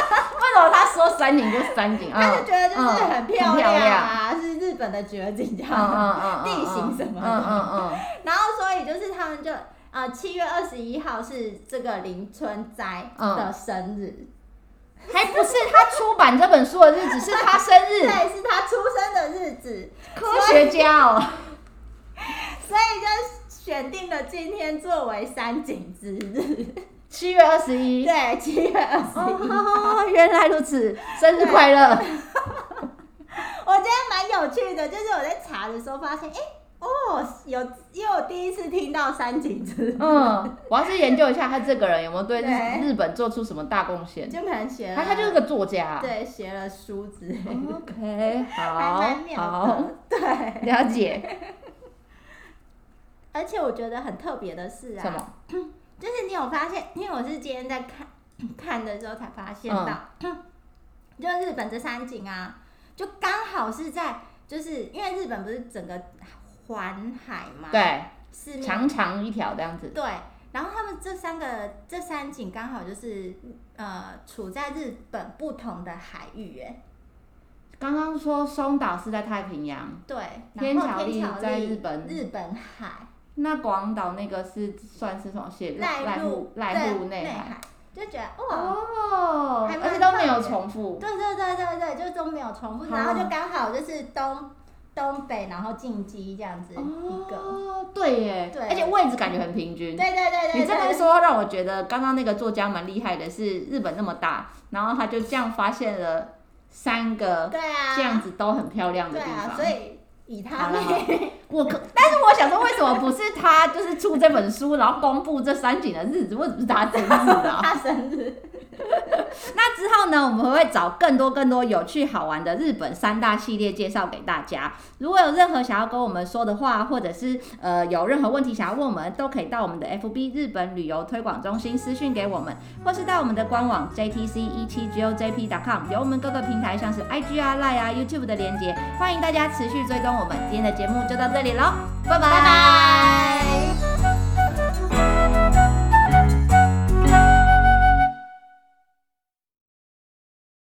[SPEAKER 1] 么他说三井就三井啊？
[SPEAKER 2] 他就觉得就是
[SPEAKER 1] 嗯
[SPEAKER 2] 很漂亮啊，是日本的绝景这
[SPEAKER 1] 嗯
[SPEAKER 2] 样。
[SPEAKER 1] 嗯嗯，
[SPEAKER 2] 地形什么的
[SPEAKER 1] 嗯嗯
[SPEAKER 2] 然后所以就是他们就呃七月二十一号是这个林春斋的生日，
[SPEAKER 1] 嗯，还不是他出版这本书的日子，是他生日，
[SPEAKER 2] 对，是他出生的日子，
[SPEAKER 1] 科学家哦，
[SPEAKER 2] 所以就选定了今天作为三井之日。
[SPEAKER 1] 七月二十一。
[SPEAKER 2] 对，七月二十一。
[SPEAKER 1] 哦， 原来如此，生日快乐！
[SPEAKER 2] 我觉得蛮有趣的，就是我在查的时候发现，哎、哦，有，因为我第一次听到三井之日，
[SPEAKER 1] 嗯，我要去研究一下他这个人有没有对
[SPEAKER 2] 对
[SPEAKER 1] 日日本做出什么大贡献。
[SPEAKER 2] 就可能写了，
[SPEAKER 1] 他他就是个作家。
[SPEAKER 2] 对写了书之类的，
[SPEAKER 1] OK，
[SPEAKER 2] 还
[SPEAKER 1] 好
[SPEAKER 2] 蛮，妙
[SPEAKER 1] 好，
[SPEAKER 2] 的，对。
[SPEAKER 1] 了解
[SPEAKER 2] 而且我觉得很特别的是啊，
[SPEAKER 1] 什么？
[SPEAKER 2] 就是你有发现，因为我是今天在看 看的时候才发现到，
[SPEAKER 1] 嗯
[SPEAKER 2] 就日本这三景啊，就刚好是在，就是因为日本不是整个环海嘛，，
[SPEAKER 1] 对，
[SPEAKER 2] 四面
[SPEAKER 1] 长长一条这样子。
[SPEAKER 2] 对，然后他们这三个这三景刚好就是呃处在日本不同的海域，哎，
[SPEAKER 1] 刚刚说松岛是在太平洋，
[SPEAKER 2] 对，
[SPEAKER 1] 天
[SPEAKER 2] 然后
[SPEAKER 1] 桥立
[SPEAKER 2] 天桥立
[SPEAKER 1] 在日本
[SPEAKER 2] 日本海
[SPEAKER 1] 那广岛那个是算是什么蟹？
[SPEAKER 2] 濑
[SPEAKER 1] 户
[SPEAKER 2] 户
[SPEAKER 1] 濑户内
[SPEAKER 2] 内
[SPEAKER 1] 海。，
[SPEAKER 2] 就觉得哇。
[SPEAKER 1] 哦，
[SPEAKER 2] 还蛮
[SPEAKER 1] 而且都没
[SPEAKER 2] 特
[SPEAKER 1] 有
[SPEAKER 2] 别
[SPEAKER 1] 重复。
[SPEAKER 2] 对对对对对，就都没有重复，
[SPEAKER 1] 好
[SPEAKER 2] 然后就刚好就是东东北，然后进击这样子一个。
[SPEAKER 1] 哦，对耶，
[SPEAKER 2] 对
[SPEAKER 1] 而且位置感觉很平均
[SPEAKER 2] 对。对对对，
[SPEAKER 1] 你这么一
[SPEAKER 2] 对
[SPEAKER 1] 说，让我觉得刚刚那个作家蛮厉害的，是日本那么大，然后他就这样发现了三个
[SPEAKER 2] 对啊，
[SPEAKER 1] 这样子都很漂亮的
[SPEAKER 2] 对
[SPEAKER 1] 地
[SPEAKER 2] 啊，
[SPEAKER 1] 方。
[SPEAKER 2] 所以以他
[SPEAKER 1] 好了好
[SPEAKER 2] 为
[SPEAKER 1] 我可，但是我想说，为什么不是他就是出这本书，然后公布这三景的日子，为什么是他这日啊？
[SPEAKER 2] 他生日，
[SPEAKER 1] 那之后呢，我们会找更多更多有趣好玩的日本三大系列介绍给大家。如果有任何想要跟我们说的话，或者是呃有任何问题想要问我们，都可以到我们的 FB 日本旅游推广中心私讯给我们，或是到我们的官网 JTC 一七 GOJP.com 有我们各个平台像是 IG 啊、Line 啊、YouTube 的连接，欢迎大家持续追踪我们。今天的节目就到这里喽，拜
[SPEAKER 2] 拜
[SPEAKER 1] 拜
[SPEAKER 2] 拜。